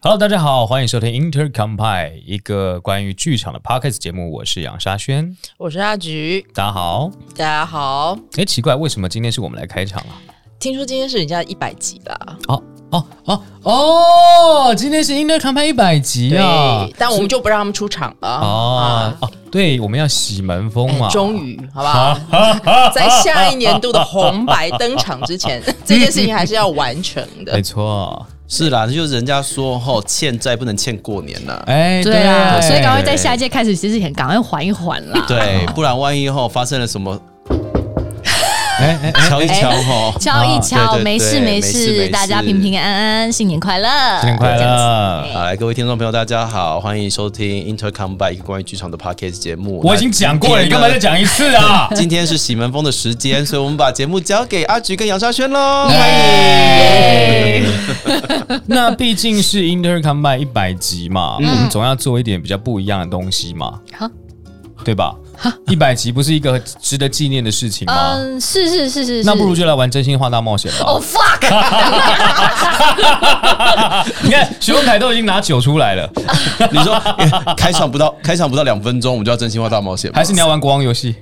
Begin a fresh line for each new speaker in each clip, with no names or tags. Hello，大家好，欢迎收听 Intercompie 一个关于剧场的 podcast 节目，我是杨沙宣，
我是阿菊，
大家好。
大家好。
哎，奇怪，为什么今天是我们来开场啊？
听说今天是人家一百集啦，
哦哦哦哦，今天是 Intercompie 一百集
对
啊！，
但我们就不让他们出场了
哦
啊。
哦，对，我们要洗门风嘛。
哎终于，好不好？ 在下一年度的红白登场之前，这件事情还是要完成
没
的。
错。
是啦，就是人家说吼，欠债不能欠过年呐、
哎，
对啊，
对
所以赶快在下一届开始之前，赶快缓一缓 啦。
对，不然万一吼发生了什么，
哎哎 哎，
敲一敲吼，
敲一
啊
敲，
对对
没事
对
没
没事没
事，
事
大家平平安安，新年快乐，
新年快
这样子。
乐！
好，来各位听众朋友，大家好，欢迎收听 Intercom by 一个关于剧场的 podcast 节目。
我已经讲过了，你干嘛再？讲一次 啊？
今天是喜门风的时间，所以我们把节目交给阿菊跟杨沙轩喽。
哎 那毕竟是 Intercombine 一百集嘛，我们总要做一点比较不一样的东西嘛，
好，
对吧？一百集不是一个值得纪念的事情吗？
嗯，是是是是，
那不如
是
就来玩真心话大冒险吧
哦。fuck，
你看，徐文凯都已经拿酒出来 了，
你说开场不到开场不到两分钟，我们就要真心话大冒险吗？
还是你要玩国王游戏？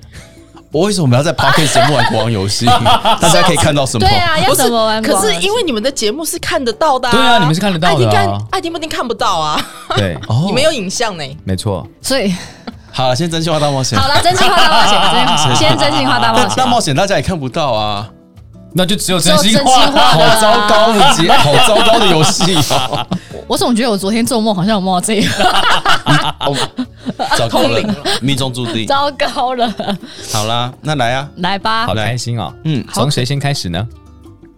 我为什么要在 podcast 节目玩国王游 戏？大家可以看到什么
对？啊，要
不是
怎么玩，
可是因为你们的节目是看得到的，
哎对啊你们是看得到的啊
爱听看爱听不听看不到啊，
对，
哦
你们有影像 呢。
没错。
所以
好了，先真心话大冒险
好。了，真心话大冒险，真先真心话大冒
但 大
险。
冒险大家也看不到啊。
那就只有真心
只有真心
话。
话
好糟糕的节，好糟糕的游戏哦！
我总觉得我昨天做梦好像有梦到这个，
哦糟糕了，命中注定。
糟糕了。
好啦，那来啊，
来吧
好，开心啊！嗯
嗯，
从谁先开始呢？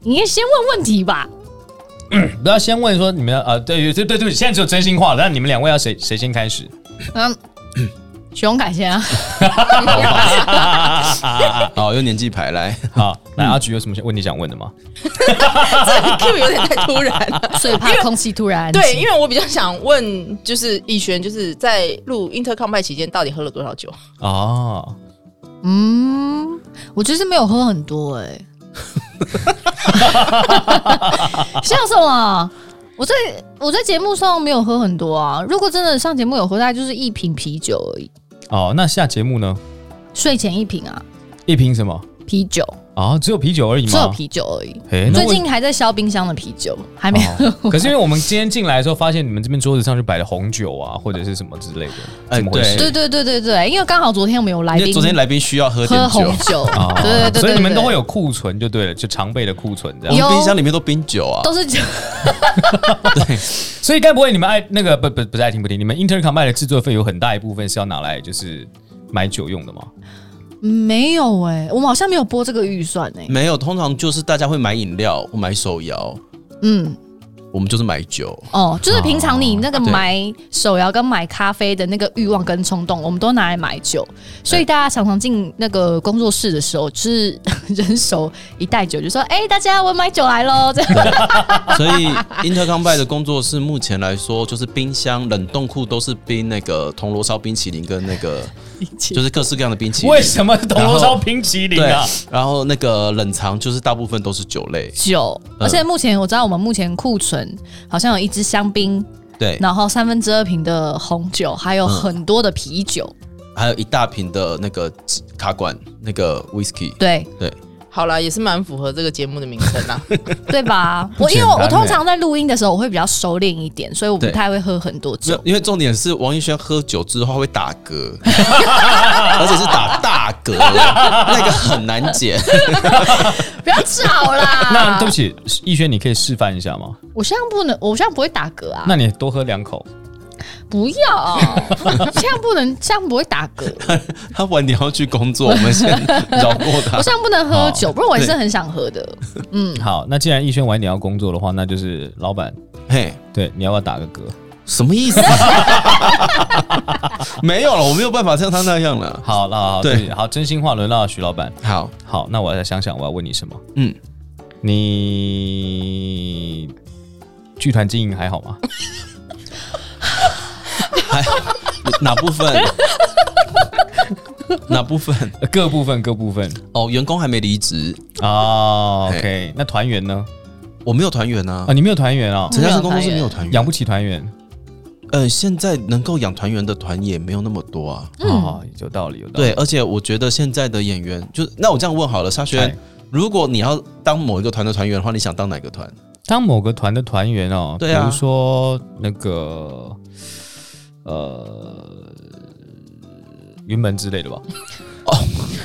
你应该先问问题吧。
不要先问说你们要呃，对对对对，现在只有真心话了。那你们两位要谁谁先开始？
嗯，熊凯先啊，
好，哦用年纪牌来。
好，那阿菊有什么问题想问的吗？
这 Q 有点太突然 了。
所以怕空气突然安静
对，因为我比较想问，就是逸轩，就是在录 Intercom 派期间，到底喝了多少酒？
哦，
嗯，我其实没有喝很多哎、欸， 像什么？我在我在节目上没有喝很多啊。如果真的上节目有喝，大概就是一瓶啤酒而已，
哦，那下节目呢？
睡前一瓶啊，
一瓶什么？
啤酒
哦，只有啤酒而已吗？
只有啤酒而已。
诶。那
最
为
近还在消冰箱的啤酒，还没喝。
哦 可是因为我们今天进来的时候，发现你们这边桌子上就摆了红酒啊，或者是什么之类的，
哎
怎么回事？
对对对对对，因为刚好昨天我们有来
因为
宾，
昨天来宾需要喝点
喝
酒
红，酒，
哦
对对对对，
所以你们都会
有，
有库存就对了，就常备的库存这
我
样。
们
有
冰箱里面都冰酒啊。
都是酒。
所以该不会你们爱那个不不不是爱听不听，你们 Intercom 卖的制作费有很大一部分是要拿来就是买酒用的吗？
没有哎、我们好像没有播这个预算哎、
没有，通常就是大家会买饮料，买手摇，
嗯，
我们就是买酒。
哦，就是平常你那个
对
买手摇跟买咖啡的那个欲望跟冲动，我们都拿来买酒，所以大家常常进那个工作室的时候，就是人手一袋酒，就说：“哎、大家我买酒来喽！”这样
所以 Intercom by 的工作室目前来说，就是冰箱、冷冻库都是冰那个铜锣烧冰淇淋跟那 个就是各式各样的冰淇淋。
为什么铜锣烧冰淇淋
对
啊？，
然后那个冷藏就是大部分都是酒类，
酒，而且目前我知道我们目前库存好像有一支香槟，
对，
然后三分之二瓶的红酒，还有很多的啤酒。
还有一大瓶的那个卡管那个 whisky，
对
对，
好啦，也是蛮符合这个节目的名称啦。
对吧？我因为我我通常在录音的时候，我会比较收敛一点，所以我不
对
太会喝很多
没有
酒。
因为重点是王一轩喝酒之后会打嗝， 而且是打大嗝，那个很难解。
不要吵啦！
那对不起，逸轩，你可以示范一下吗？
我现在不能，我现在不会打嗝啊！
那你多喝两口。
不要，这样不能，这样不会打嗝。
他晚点要去工作，我们先饶过他
我。这样不能喝酒，
好
不然我也是很想喝的。嗯
好，那既然逸轩晚一点要工作的话，那就是老板，
嘿，
对，你要不要打个嗝？
什么 意思？没有了，我没有办法像他那样了。
好，那好，
对
对，好，真心话轮到徐老板。
好，
好，那我再想想我要问你什么。
嗯，
你剧团经营还好 吗？
还哪部 分？哪部分？
呃各部分各部分
哦，员工还没离职，
哦
嘿
OK，那团员呢？
我没有团员啊
啊，，你没有团员啊，
陈嘉生工作室没有团
养
员。
不起团员
呃，现在能够养团员的团也没有那么多啊。
啊，有道理，有道理。
对，而且我觉得现在的演员，就那我这样问好了，沙
哎
宣，如果你要当某一个团的团员的话，你想当哪个团？
当某个团的团员哦，
对啊
比如说那个呃云门之类 的吧。
嗯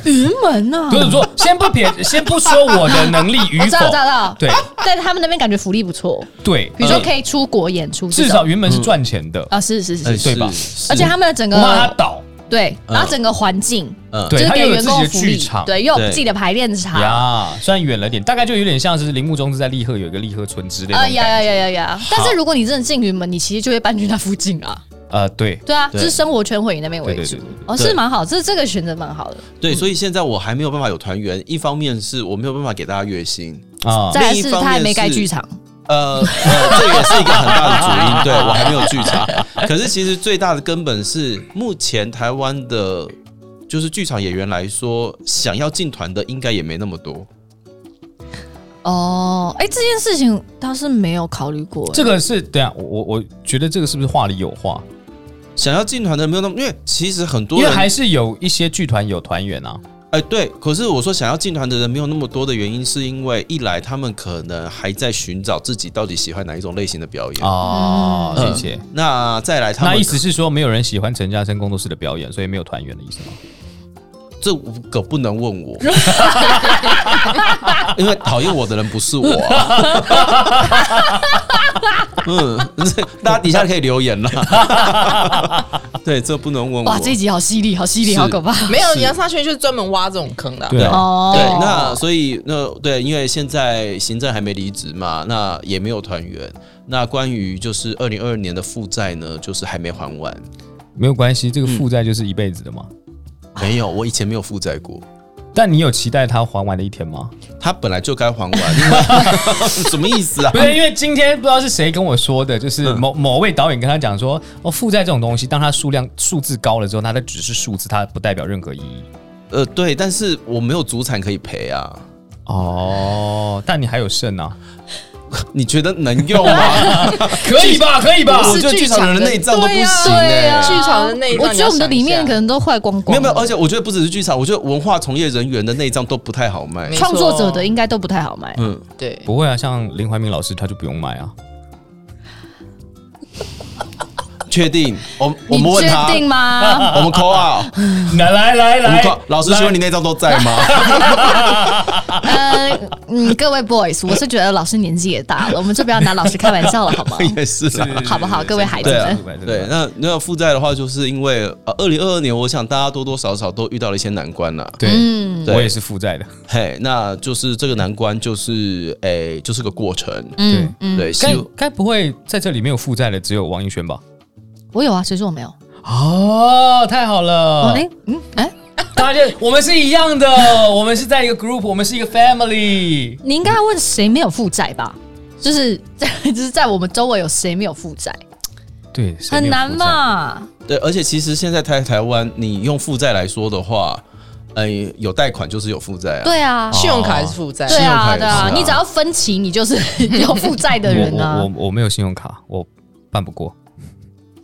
云门呐、
不是说，先不撇，先不说我的能力与
哦
我
否
知道，，知道，知道。
对
但他们那边感觉福利不错，
对，
比如说
呃
可以出国演出这种，
至少云门
嗯
是赚钱的，
啊，是是
哎
是，
是对吧
是
而且他们的整
不怕他
个
倒。
对，
嗯
然后整个环境
嗯
对
就是
他
给
又有
员
自己
工
的
福
剧
利
场，
对，又有
对
自己的排练场，
呀，虽然远了点，大概就有点像是铃木中之在立鹤有一个立鹤村之类的那
啊
种
呀
感
呀
觉。
呀呀呀！但是如果你真的进云门，你其实就会搬去那附近啊。
呃，对，
对啊，就
对
是生活圈会以那边为主。
对对对对
哦，
对
是蛮好，这这个选择蛮好的。
对，所以现在我还没有办法有团员，一方面是我没有办法给大家月薪，
啊，
再来
另
是
一方
他还没
面
盖
是
剧场，
呃，呃这也是一个很大的主因，对我还没有剧场。可是其实最大的根本是，目前台湾的，就是剧场演员来说，想要进团的应该也没那么多。
哦，哎，这件事情倒是没有考虑过。
这个是对啊，我我我觉得这个是不是话里有话？
想要进团的没有那么，因为其实很多
因为
人
还是有一些剧团有团员啊，
哎、对，可是我说想要进团的人没有那么多的原因，是因为一来他们可能还在寻找自己到底喜欢哪一种类型的表演，
哦，
嗯
理解。
那再来他们
那
可
意思是说，没有人喜欢陈嘉生工作室的表演，所以没有团员的意思吗？
这可不能 问我， 因为讨厌我的人不 是我、啊。嗯， 大家底下可以留言啦。 对，这不能问我。
哇，这一集好犀利，好犀利，
是
好可怕。
没有，
是
杨沙圈就是专门挖这种坑的啊。
对啊，
哦，
对，那所以那对，因为现在行政还没离职嘛，那也没有团员。那关于就是二零二二年的负债呢，就是还没还完。
没有关系，这个负债就是一辈子的嘛。
啊
没有，我以前没有负债过。
但你有期待他还完的一天吗？
他本来就该还 完，因为什么意思啊
不？是，因为今天不知道是谁跟我说的，就是
嗯
某某位导演跟他讲说，哦，负债这种东西，当它数量数字高了之后，它的只是数字，它不代表任何意义。
呃，对，但是我没有主产可以赔啊。
哦，但你还有剩啊，
你觉得能用 吗？
可以吧？可以吧
啊我觉得剧场人的内脏都不行
对
哎、
啊，
剧场的内脏
我觉得我们的里
你要想一下
面可能都坏光
没
光
有哦
了。
没有，而且我觉得不只是剧场，我觉得文化从业人员的内脏都不太好卖
没。
创作者的应该都不太好卖。
嗯，
对，
不会啊，像林怀民老师他就不用买啊。
确定？我我
你
们问
确
他，
定吗？
我们 call out，
来 来来
我们 call。老师，请问你内脏都在吗？
呃，嗯，各位 boys，我是觉得老师年纪也大了，我们就不要拿老师开玩笑了，好吗？
也 是啦。
好不好各位孩子
对
们
啊，对，那那负债的话，就是因为呃，二零二二年，我想大家多多少少都遇到了一些难关啦。
对，
嗯
我
对
也是负债的。
嘿，那就是这个难关，就是诶、就是个过程。
嗯嗯，
对，希
该
望
该不会在这里没有负债的只有王一轩吧？
我有啊，谁说我没有？
哦，太好
哦，
了
哎，嗯，哎，
大家 我们是一样的，我们是在一个 group，我们是一个 family。
你应该要问谁没有负债吧？就是 在就是在我们周围有谁没有负债？
对，
很难？吧？
对，而且其实现在台台湾，你用负债来说的话，呃，有贷款就是有负债啊。
对啊，
信用卡还哦是负债，
对
信用
啊，
卡也
对
是
啊
啊，
你只要分期，你就是 有负债的人啊
我。我我没有信用卡，我办不过，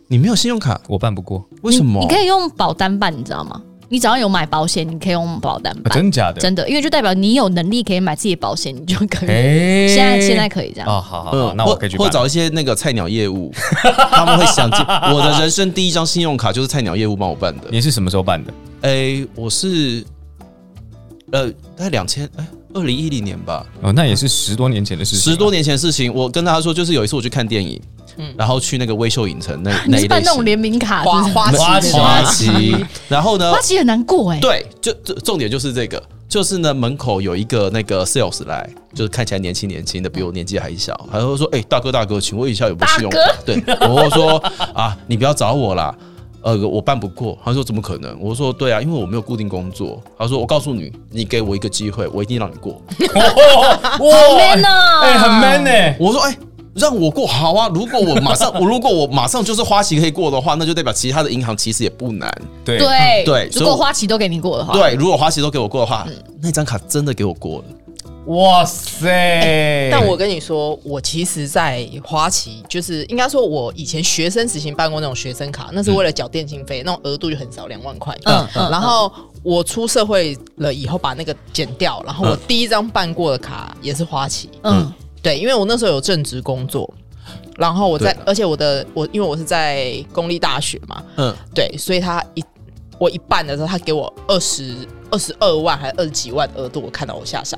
你没有信用卡，
我办不过，啊
为什么？
你可以用保单办，你知道吗？你只要有买保险，你可以用保单
啊
办，
真假的？
真的，因为就代表你有能力可以买自己的保险，你就可以。
哎
现在现在可以这样。
哦，好好好，那我可以去
嗯或
办
或。找一些那个菜鸟业务， 他们会想尽。我的人生第一张信用卡就是菜鸟业务帮我办的。
你是什么时候办的？
哎、我是呃，大概两千哎，二零一零年吧，
哦，那也是十多年前的事情。
十多，年前的事情。我跟他说，就是有一次我去看电影，然后去那个微秀影城那
嗯啊你
那
是
一
办
类
那种
型。
联名卡，
啊花
是不是
花
花
旗
旗
花旗，然后 呢
花？旗很难过哎。
对，就就重点就是这个，就是呢，门口有一个那个 sales 来，就是看起来年轻年轻的，比我年纪还小，他就说：“哎、大哥大哥，请问一下有没有信用卡？”对，我就说：“啊，你不要找我啦。”呃，我办不过。他说：“怎么可能？”我说：“对啊，因为我没有固定工作。”他说：“我告诉你，你给我一个机会，我一定让你过。
哇
man 哦
哎，很 man 呢”。
我说：“哎、让我过好啊！如果我马上， 我如果我马上就是花旗可以过的话，那就代表其他的银行其实也不难。
对
对
对
如
所以
果
我
花旗都给你过的话，
对，如果花旗都给我过的话，那张卡真的给我过了。
哇
哎
塞！
但我跟你说，我其实，在花旗就是应该说，我以前学生时期办过那种学生卡，那是为了缴电信费，那种额度就很少，两万块。
嗯嗯
然后我出社会了以后，把那个剪掉，然后我第一张办过的卡也是花旗。
嗯
对，因为我那时候有正职工作，然后我在
对，
而且我的我因为我是在公立大学嘛，
嗯，
对，所以他一我一办的时候，他给我二十二十二万还二十几万额度，我看到我吓傻。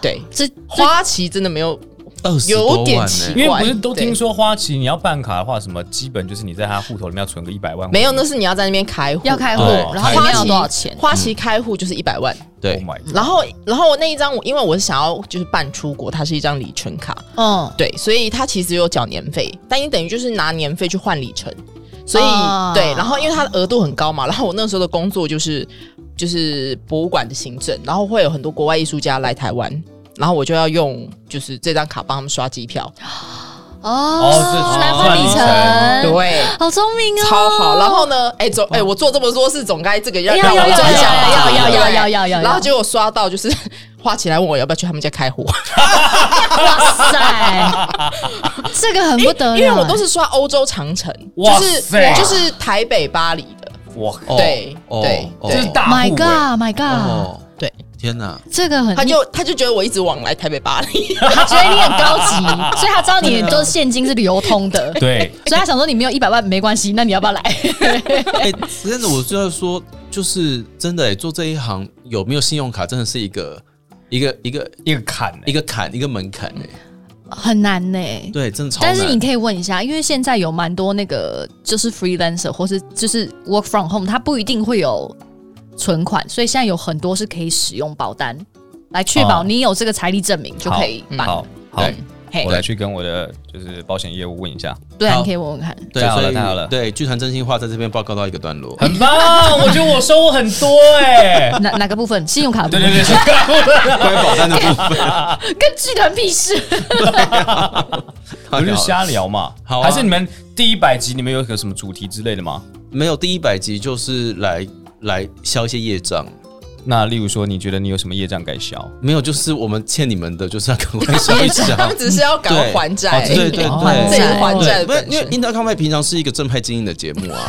对，
这
花旗真的没有，
二十
有
多
点
万
奇
呢、
因为
怪
不是都
对
听说花旗你要办卡的话，什么基本就是你在他户头里面要存个一百万，
没有，那是你要在那边开户，
要开户
对，
然后里
花
面要
旗
多少钱？
花旗开户就是一百万，
Oh
对，
my god！
然后然后那一张我因为我是想要就是办出国，它是一张里程卡，
嗯，
对，所以它其实有缴年费，但你等于就是拿年费去换里程，所以、
啊
对，然后因为它的额度很高嘛，然后我那时候的工作就是就是博物馆的行政，然后会有很多国外艺术家来台湾。然后我就要用就是这张卡帮他们刷机 票，
哦是
来换里程，
对，
好聪明哦，
超好。然后呢，哎总哎我做这么多事，总该这个要
要
让
要
我
要
赚
要
一下吧，
要要
对
要要要要，
然后结果刷到就是 花起来问我要不要去他们家开户，
哇塞，这个很不得了，欸
因为我都是刷欧洲长城，
哇
就是
塞
就是台北巴黎的，
哇，
哦
对
哦
对
哦
这是大户
Oh
欸
My God，My God，
哦，
对，
天哪！
这个很
他就他就觉得我一直往来台北巴黎，
他觉得你很高级，所以他知道你都现金是流通 的，
对，
所以他想说你没有一百万没关系，那你要不要来？
哎、真的，我就要说，就是真的、哎，做这一行有没有信用卡，真的是一个一个一个
一个坎欸
一个坎，一个门槛哎、
很难呢、
欸
对，真的超难。
但是你可以问一下，因为现在有蛮多那个就是 freelancer 或是就是 work from home，它不一定会有存款，所以现在有很多是可以使用保单来确保
哦
你有这个财力证明就可以办。
好好，
哎
嘿
我，来去跟我的就是保险业务问一下，
对啊，
好
你可以问问看。
对，
太好了
所以
太好了
对，剧团真心话在这边报告到一个段落。
很棒，我觉得我收获很多哎，
哪哪个部分？信用卡的部
对
分
对对，是干部的
关于保单的 部分，
跟剧团屁事？
好
不是
聊了
瞎聊嘛？
好啊
还是你们第一百集你们有个什么主题之类的吗？
没有第一百集就是来来消一些业障，
那例如说，你觉得你有什么业障该消？
没有就是我们欠你们的，就是要赶快消一消。
他们只是要赶快
对
还债，
哦
对对对，
还
这
债
个还债的
对，不是
本
因为
身。
英德康麦平常是一个正派经营的节目啊。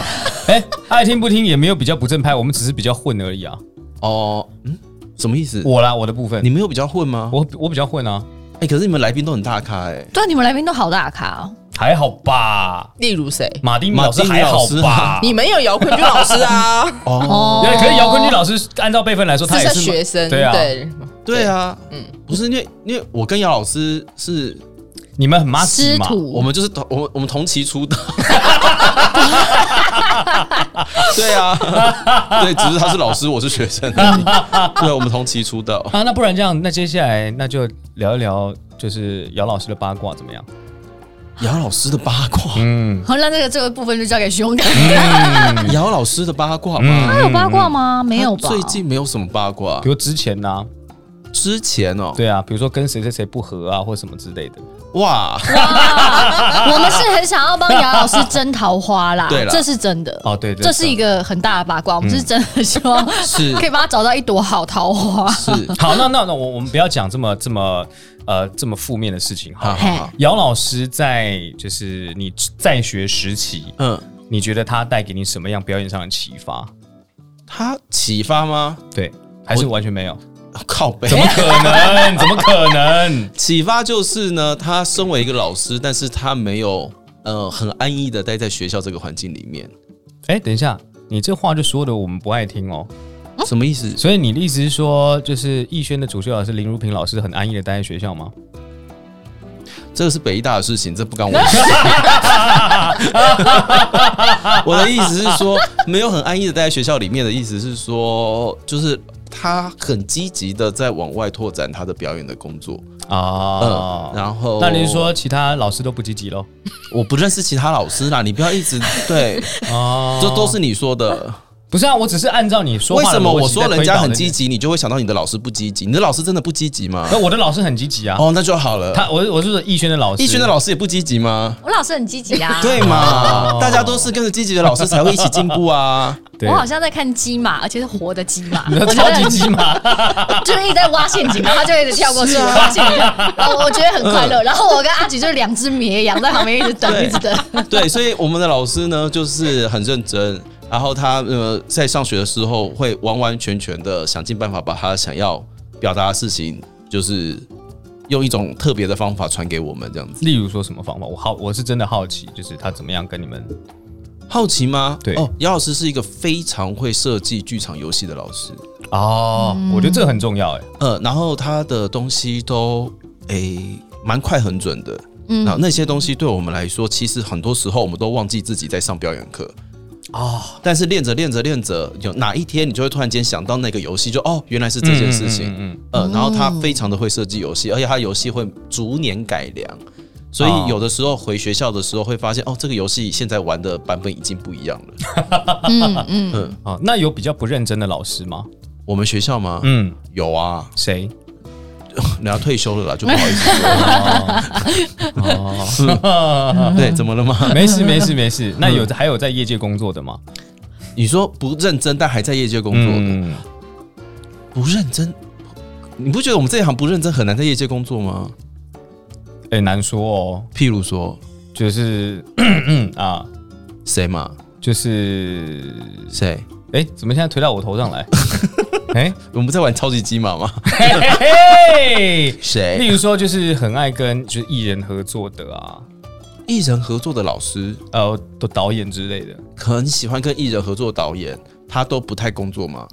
哎、爱听不听也没有比较不正派，我们只是比较混而已啊。
哦，嗯，什么意思？
我啦，我的部分
你，们有比较混吗？
我我比较混啊，
哎，可是你们来宾都很大咖哎。
对啊，你们来宾都好大咖哦。
还好吧？
例如谁？
马丁
马
老师
丁
还好
老师
吧
啊？
你没有姚坤君老师啊，
哦，
哦
对，可是姚坤君老师按照辈分来说， 他
是
也
在
是
学生，
对啊。
对
对啊，
嗯
嗯，不是因为因为我跟姚老师是
你们很妈鸡
师
嘛？
徒，
我们就是同我们我们同期出道。 对啊，对，只是他是老师，我是学生。对，我们同期出道。
啊，那不然这样，那接下来那就聊一聊，就是姚老师的八卦怎么样？
姚老师的八卦，
嗯，
好，那这个这个部分就交给熊哥。
姚老师的八卦吗？
他
嗯
有八卦吗？没有吧？
最 近没有什么八卦
比。如之前呢、啊，
之前哦，
对啊，比如说跟谁谁谁不和啊，或什么之类的。
哇，
哇，我们是很想要帮姚老师争桃花啦，
对啦
这是真的。
哦，对对，
这是一个很大的八卦，我们是真的希望
是
可以帮他找到一朵好桃花。
是，
好，那那那我我们不要讲这么这么呃这么负面的事情
好
哈。
好好，
姚老师在就是你在学时期，
嗯，
你觉得他带给你什么样表演上的启发？
他启发吗？
对，还是完全没有？
靠背
怎，么可能？ 怎么可能？
启发就是呢，他身为一个老师，但是他没有呃很安逸的待在学校这个环境里面，
哎、等一下，你这话就说的我们不爱听哦。
什么意思？
所以你的意思是说，就是逸轩的主修老师林如萍老师很安逸的待在学校吗？
这个是北大的事情，这不干我的事。 我的意思是说，没有很安逸的待在学校里面的意思是说，就是他很积极的在往外拓展他的表演的工作。
啊、
嗯，然后
那你是说其他老师都不积极喽？
我不认识其他老师啦，你不要一直对，
哦
这都是你说的。
不是啊，我只是按照你说
为
话的
什么
逻辑
我说
在推
人家
导
很
那
积
件？
极，你就会想到你的老师不积极？你的老师真的不积极吗？
那我的老师很积极啊，
哦，那就好了。
他我我是说逸轩的老师，
逸轩的老师也不积极吗？哦
我老师很积极啊，
对嘛，大家都是跟着积极的老师才会一起进步啊。
对
我好像在看鸡马，而且是活的鸡马，
你
我觉
说超级
得
鸡嘛，
就是一直在挖陷阱，然后他就一直跳过去挖陷阱，然后我觉得很快乐。然后我跟阿菊就是两只绵羊在旁边一直等，
对
一直等。
对，所以我们的老师呢，就是很认真，然后他呃，在上学的时候会完完全全的想尽办法把他想要表达的事情，就是用一种特别的方法传给我们，这样 子。
例如说什么方法？我好，我是真的好奇，就是他怎么样跟你们
好奇吗？
对
哦，姚老师是一个非常会设计剧场游戏的老师，
哦，我觉得这个很重要哎。
呃，然后他的东西都诶蛮快很准的。
嗯
那那些东西对我们来说，其实很多时候我们都忘记自己在上表演课。哦，但是练着练着练着，有哪一天你就会突然间想到那个游戏，就哦，原来是这件事情。
嗯嗯嗯
呃，然后他非常的会设计游戏，而且他游戏会逐年改良，所
哦
以有的时候回学校的时候会发现，哦，这个游戏现在玩的版本已经不一样了。
嗯嗯，
嗯，
哦，那有比较不认真的老师吗？
我们学校吗？
嗯，
有啊，
谁？
人家退休了啦，就不好意 思说了。
哦，
对，怎么了吗？
没事没事没事。那
嗯
有还有在业界工作的吗？
你说不认真，但还在业界工作的，
嗯，
不认真，你不觉得我们这一行不认真很难在业界工作吗？
哎，难说哦，
譬如说
就是 啊，
谁嘛，
就是
谁？
哎，怎么现在推到我头上 来？哎，
我们在玩超级鸡马吗？
嘿
哎
嘿嘿例
谁？
如说，就是很爱跟就是艺人合作的啊，
艺人合作的老师，
呃，的导演之类的，
很喜欢跟艺人合作的导演，他都不太工作吗？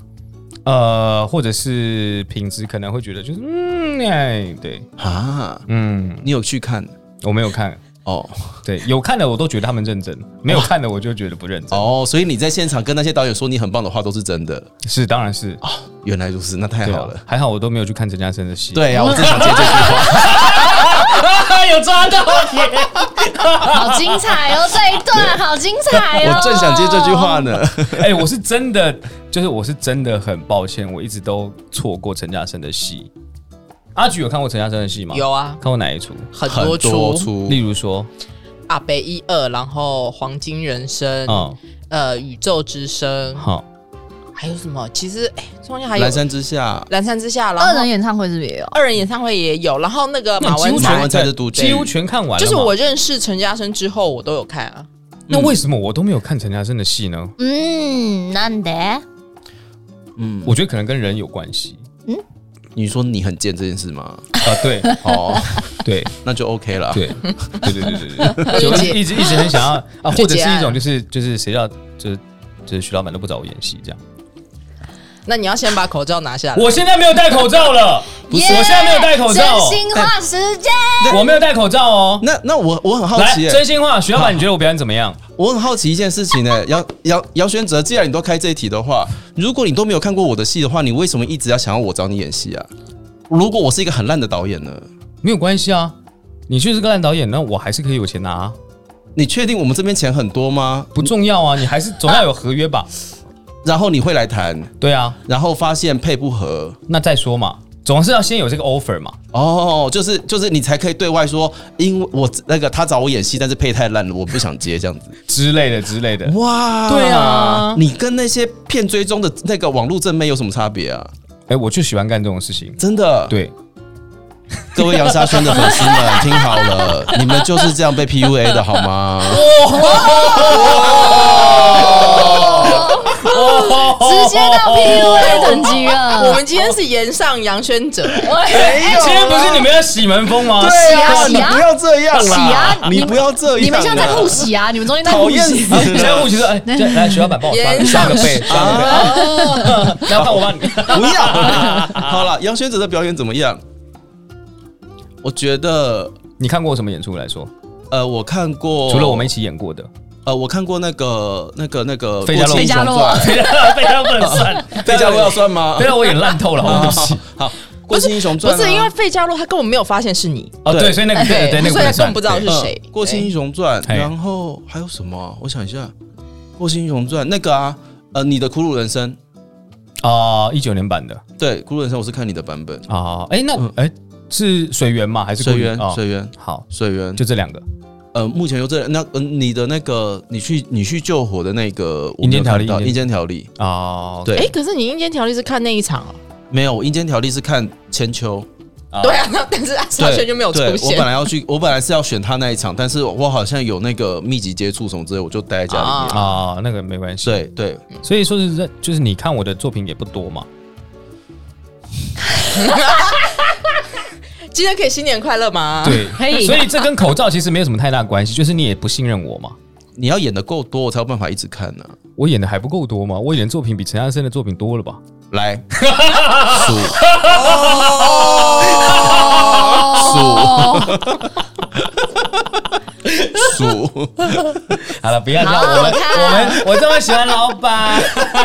呃，或者是品质可能会觉得就是嗯，哎，对，
啊，
嗯，
你有去看？
我没有看，
哦
对，有看的我都觉得他们认真，没有看的我就觉得不认真。
哦，所以你在现场跟那些导演说你很棒的话都是真的
是，当然是，
啊、原来如此，那太
对啊
好了。
还好我都没有去看陈嘉生的戏。
对呀、啊，我正想接这句话。
啊，有抓到你。
好精彩哦，这一段好精彩哦，
我正想接这句话呢，
哎、我是真的，就是我是真的很抱歉，我一直都错过陈嘉生的戏。阿菊有看过陈嘉生的戏吗？
有，啊，
看过哪一出？
很
很
多
多
出
出
例如说，
阿北一二，然后黄金人生，
嗯，
呃，宇宙之声，
好，
还有什么？其实哎，中间还有
蓝山之下，
蓝山之下，然后
二人演唱会是不是也有？
二人演唱会也有，然后那个马
那你
文
几乎
马
才
全
文才是独
几乎全看完了嘛。
就是我认识陈嘉生之后，我都有看啊。
那为什么我都没有看陈嘉生的戏呢？
嗯，难得。
嗯，
我觉得可能跟人有关系
你说你很贱这件事吗？
啊，对
哦，
对
那就 OK 了。
对对对对对对，就
理解
一直一直很想要啊，
就
或者
结
是
案
一种就是就是谁叫就是就是徐老板都不找我演戏这样。
那你要先把口罩拿下来。
我现在没有戴口罩了，不是，我现在没有戴口罩
真，心话时间，
我没有戴口罩哦。
那那我我很好
来，
奇、
真心话，徐老板，你觉得我表演怎么样？
我很好奇一件事情呢、姚姚姚轩哲，既然你都开这一题的话，如果你都没有看过我的戏的话，你为什么一直要想要我找你演戏啊？如果我是一个很烂的导演呢？
没有关系啊，你就是个烂导演，那我还是可以有钱拿、啊，
你确定我们这边钱很多吗？
不重要啊，你还是总要有合约吧？
然后你会来谈，
对啊，
然后发现配不合，
那再说嘛，总是要先有这个 offer 嘛。
哦，就是就是你才可以对外说，因为我那个他找我演戏，但是配太烂了，我不想接这样子。
之类的之类的。
哇，
对啊
你跟那些骗追踪的那个网络正妹有什么差别啊？
哎、我就喜欢干这种事情。
真的，
对，
各位杨沙宣的粉丝们，听好了，你们就是这样被 PUA 的好吗？
直接到 PUA 等级
我
了。
们今天是延上杨轩哲，
哎今天不是你们要洗门风吗？
对
啊
你不要这样啦！
洗啊
你不要这样啦，
你们现在在互洗啊！你们中间在
讨
互
厌
洗，
死
你现在
了！
护其实，哎、 这来徐老板帮我刷
延
刷个
上
背，刷个背，啊
哦
然后看我帮你。
不要。好了，杨轩哲的表演怎么样？我觉得，
你看过什么演出来说？
呃，我看过，
除了我们一，起演过的，
呃，我看过那个、那个、那个《
费加洛
洛英雄传
对啊，被他不能 算，
费加洛要算吗
被？他我演烂透了，好对不起。
好，《过气英雄
不
传》
是
啊
因为费加洛他根本没有发现是你，
哦，对，所以那个对对那个
所
能
以他根本
算
不知道是
对
谁
呃。过气英雄传》，
嘿
然后还有什么啊、我想一下，《过气英雄传》那个啊，呃，你的《苦鲁人生
啊，一九年版的》
对，《苦鲁人生》我是看你的版本，
啊，哎，那
嗯
哎是水源吗？还是
水
故意
源
哦，
水源，
好，
水源，
就这两个。
呃，目前有这那呃，你的那个你去你去救火的那个
阴间条例
阴
阴
间条例，
哦，
对
哎、可是你阴间条例是看那一场哦、
没有，我阴间条例是看 千秋，
啊
对啊，那但是阿沙
对，
轩就没有出
对我
现
本。来要去，我本来是要选他那一场，但是我好像有那个密集接触什么之类，我就待在家里面。
啊
啊，那个没关系。
对对，
所以说是在就是你看我的作品也不多嘛，
今天可以新年快乐吗？，
对，
可以
所以这跟口罩其实没有什么太大关系， 就是你也不信任我嘛。
你要演的够多，我才有办法一直看呢、
我演的还不够多吗？我演的作品比陈嘉生的作品多了吧？
来， 数
哦，
数，
好了，不要这样，我们我们 我这么喜欢老板，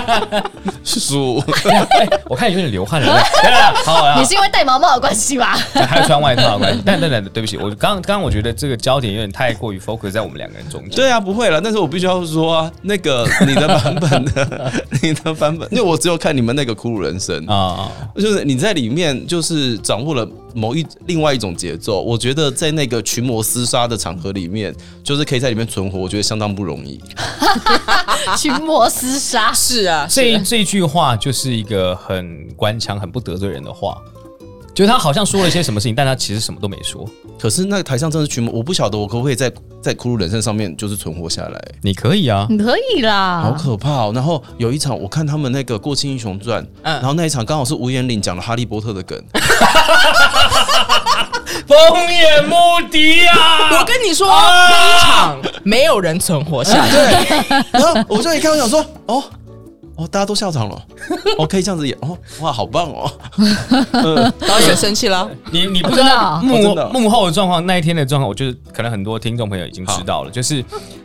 数，
哎我看有点流汗 了。对了，好了，
你是因为戴毛毛的关系吧？
还有穿外套的啊关系。但等等，对不起，我刚刚刚我觉得这个焦点有点太过于 focus 在我们两个人中间。
对啊，不会了。但是我必须要说啊，那个你的版本的， 你的版本，因为我只有看你们那个《苦鲁人生》啊，
啊，
就是你在里面就是掌握了某一另外一种节奏。我觉得在那个群魔厮杀的场合里面，就是可以在里面存活，我觉得相当不容易。
群魔厮杀，
是啊，
这一这一句话就是一个很官腔、很不得罪人的话，就是他好像说了一些什么事情，但他其实什么都没说。
可是那个台上真的是群魔，我不晓得我可不可以在在《苦鲁人生》上面就是存活下来。
你可以
嗯
啊，
你可以
好
啦，
可怕哦！然后有一场，我看他们那个《过气英雄传》，
嗯
然后那一场刚好是吴彦霖讲了《哈利波特》的梗，
风眼目敌啊！啊
我跟你说，那一场没有人存活下来。
然后我就一看，我想说，哦哦，大家都笑场了，哦，可以这样子演，哦，哇，好棒哦！
导演生气了，
你你不知
真的
道
啊
幕
哦真的啊
幕后的状况，那一天的状况，我就是可能很多听众朋友已经知
哦
道了，就是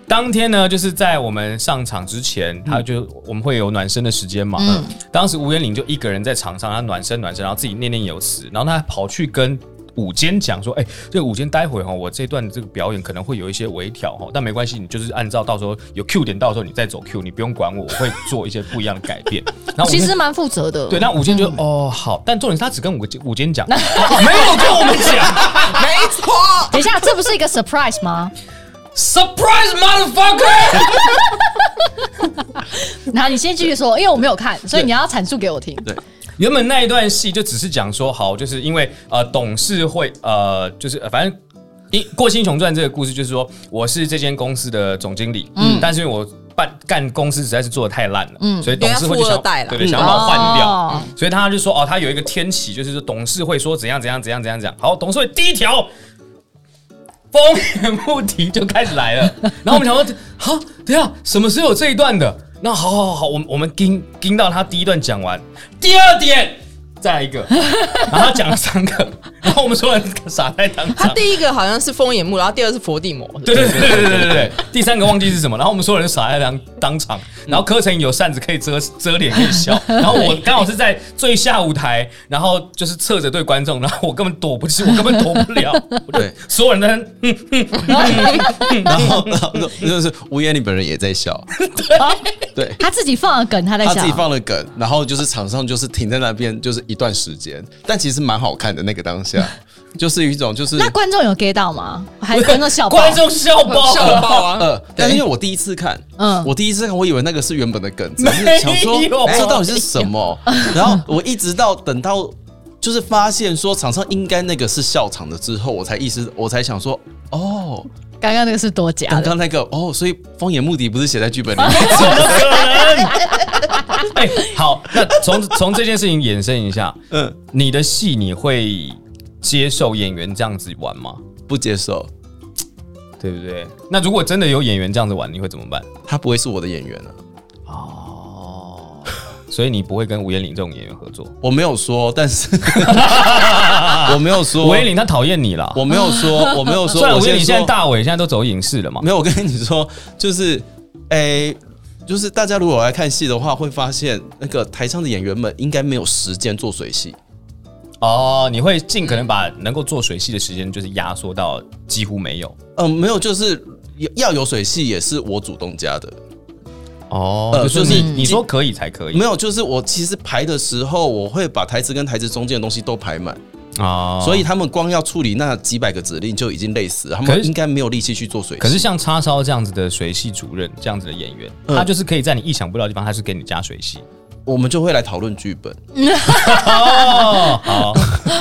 当天呢，就是在我们上场之前，
嗯
他就我们会有暖身的时间嘛。嗯，当时吴彦霖就一个人在场上，他暖身暖身，然后自己念念有词，然后他还跑去跟。哎午间讲说，哎、这个午间待会哈，我这段这个表演可能会有一些微调哈，但没关系，你就是按照到时候有 Q 点，到时候你再走 Q，你不用管我，我会做一些不一样的改 变。然后我就
其实蛮负责的。
对，那午间就、哦好，但重点是他只跟午间午间讲， 没有跟我们讲
没错，
等一下，这不是一个 surprise 吗？
，surprise motherfucker！
然后你先继续说，因为我没有看，所以你要阐述给我听。
对，
原本那一段戏就只是讲说，好，就是因为呃董事会呃就是、呃反正。一《过新雄传》这个故事就是说，我是这间公司的总经理，嗯，但是因为我办干公司实在是做的太烂了，嗯，所以董事会就
因为他富
想
二代啦
对对，
嗯
想要把我换掉，
哦
所以他就说哦，他有一个天启，就是说董事会说怎样怎样怎样怎样怎样。好，董事会第一条，风言不提就开始来了。然后我们想说，好，等一下什么时候有这一段的？那好好好好，我们我们盯盯到他第一段讲完，第二点再来一个，然后他讲了三个，然后我们所有人傻在当
他
场。
第一个好像是风眼木，然后第二是佛地魔，
对对对对对对对， 第三个忘记是什么，然后我们所有人傻在当当场，然后柯晨有扇子可以遮遮脸可以 笑，然后我刚好是在最下舞台，然后就是侧着对观众，然后我根本躲不起，我根本躲不了，我就
对
所有人在那嗯
然后然后就是吴彦霖本人也在笑，对。
他自己放了梗，他在
他
想
自己放了梗，然后就是场上就是停在那边，就是一段时间，但其实蛮好看的那个当下，就是有一种就是
那观众有 get 到吗？还是观众 笑爆？
观众笑爆，
笑爆啊！
呃，但是因为我第一次看，
嗯
我第一次看，我以为那个是原本的梗，只
没有
是想说这到底是什么？然后我一直到等到就是发现说场上应该那个是笑场的之后，我才意识，我才想说，哦，
刚刚那个是多假
刚
的，
刚那个哦，所以方言目的不是写在剧本里面，
怎么可能？ 哎、好，那从从这件事情延伸一下，
嗯，
你的戏你会接受演员这样子玩吗？
不接受，
对不对？那如果真的有演员这样子玩，你会怎么办？
他不会是我的演员啊。
哦， 所以你不会跟吴彦霖这种演员合作。
我没有说，但 是我没有说，
吴彦霖他讨厌你啦。
我没有说，我没有 说，
虽然
我
吴彦霖
先
现在
说
大伟现在都走影视了嘛，
没有，我跟你说，就是，诶、就是大家如果来看戏的话，会发现那个台上的演员们应该没有时间做水戏，
哦，你会尽可能把能够做水戏的时间就是压缩到几乎没有。
嗯、没有，就是要要有水戏也是我主动加的，
哦，
呃
就是
就是
你
嗯
你说可以才可以
没有，就是我其实排的时候，我会把台词跟台词中间的东西都排满，
啊，
所以他们光要处理那几百个指令就已经累死了，他
可
们
是
应该没有力气去做水。
可是像叉烧这样子的水系主任这样子的演员，
嗯
他就是可以在你意想不到的地方，他是给你加水系。
我们就会来讨论剧本。
哦， 好，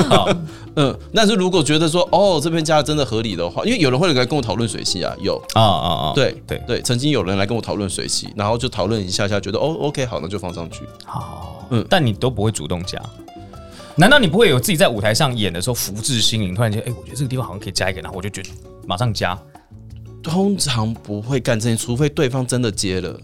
好，
嗯，但是如果觉得说哦这边加的真的合理的话，因为有人会来跟我讨论水系啊，有。
啊啊啊，
对
对，
对，曾经有人来跟我讨论水系，然后就讨论一下下，觉得哦，OK，好，那就放上去。
好，嗯
嗯，
但你都不会主动加。难道你不会有自己在舞台上演的时候福至心灵，突然间，哎、我觉得这个地方好像可以加一个，然后我就觉得马上加，
通常不会干这些，除非对方真的接了，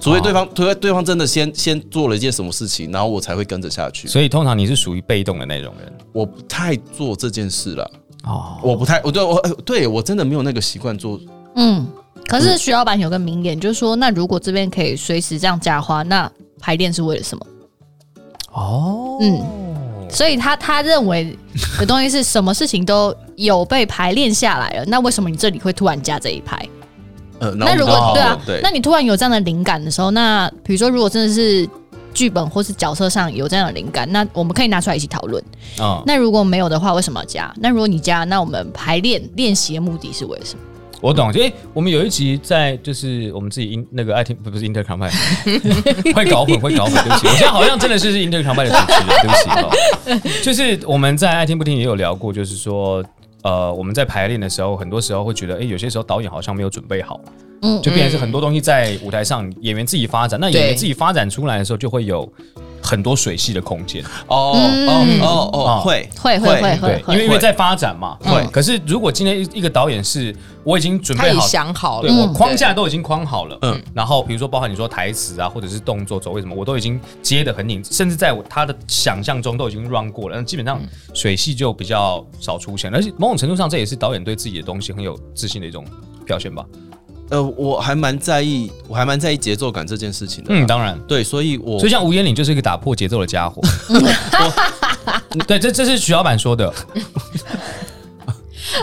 除非对
哦
方，除非对方真的先先做了一件什么事情，然后我才会跟着下去。
所以通常你是属于被动的那种人
我不太做这件事了，
哦。
我不太，我对我哎对我真的没有那个习惯做。
嗯，可是徐老板有个名言，就是说，那如果这边可以随时这样加花，那排练是为了什么？
哦，嗯，
所以他他认为的东西是什么事情都有被排练下来了，那为什么你这里会突然加这一排？
呃，然后
那如
我们
果
哦
就
对啊
讨论对，
那你突然有这样的灵感的时候，那比如说如果真的是剧本或是角色上有这样的灵感，那我们可以拿出来一起讨论。
啊、
那如果没有的话，为什么要加？那如果你加，那我们排练练习的目的是为了什么？
我懂。就哎、我们有一集在就是我们自己 in 那个爱听不不是 Intercom 派， 会搞混会搞混，对不起，我现在好像真的是 Intercom 派的主持人，对不起哦。就是我们在爱听不听也有聊过，就是说。呃，我们在排练的时候，很多时候会觉得，哎、有些时候导演好像没有准备好，
嗯
就变成是很多东西在舞台上演员自己发展，那演员
对
自己发展出来的时候，就会有很多水系的空间。
哦
嗯
哦哦
哦
哦，会
会会会会
对，因为因为在发展嘛，
会
可是如果今天一个导演是我已经准
他
备
也
好，
想好
嗯对
了，
我框架都已经框好了，嗯
嗯，
然后比如说包含你说台词啊，或者是动作走位什么，我都已经接的很紧，甚至在我他的想象中都已经 run 过了，那基本上水戏就比较少出现，而且某种程度上这也是导演对自己的东西很有自信的一种表现吧。
呃，我还蛮在意，我还蛮在意节奏感这件事情的。
嗯，当然。
对，所以我
所以像吴彦岭就是一个打破节奏的家伙， 对，这这是徐老板说的，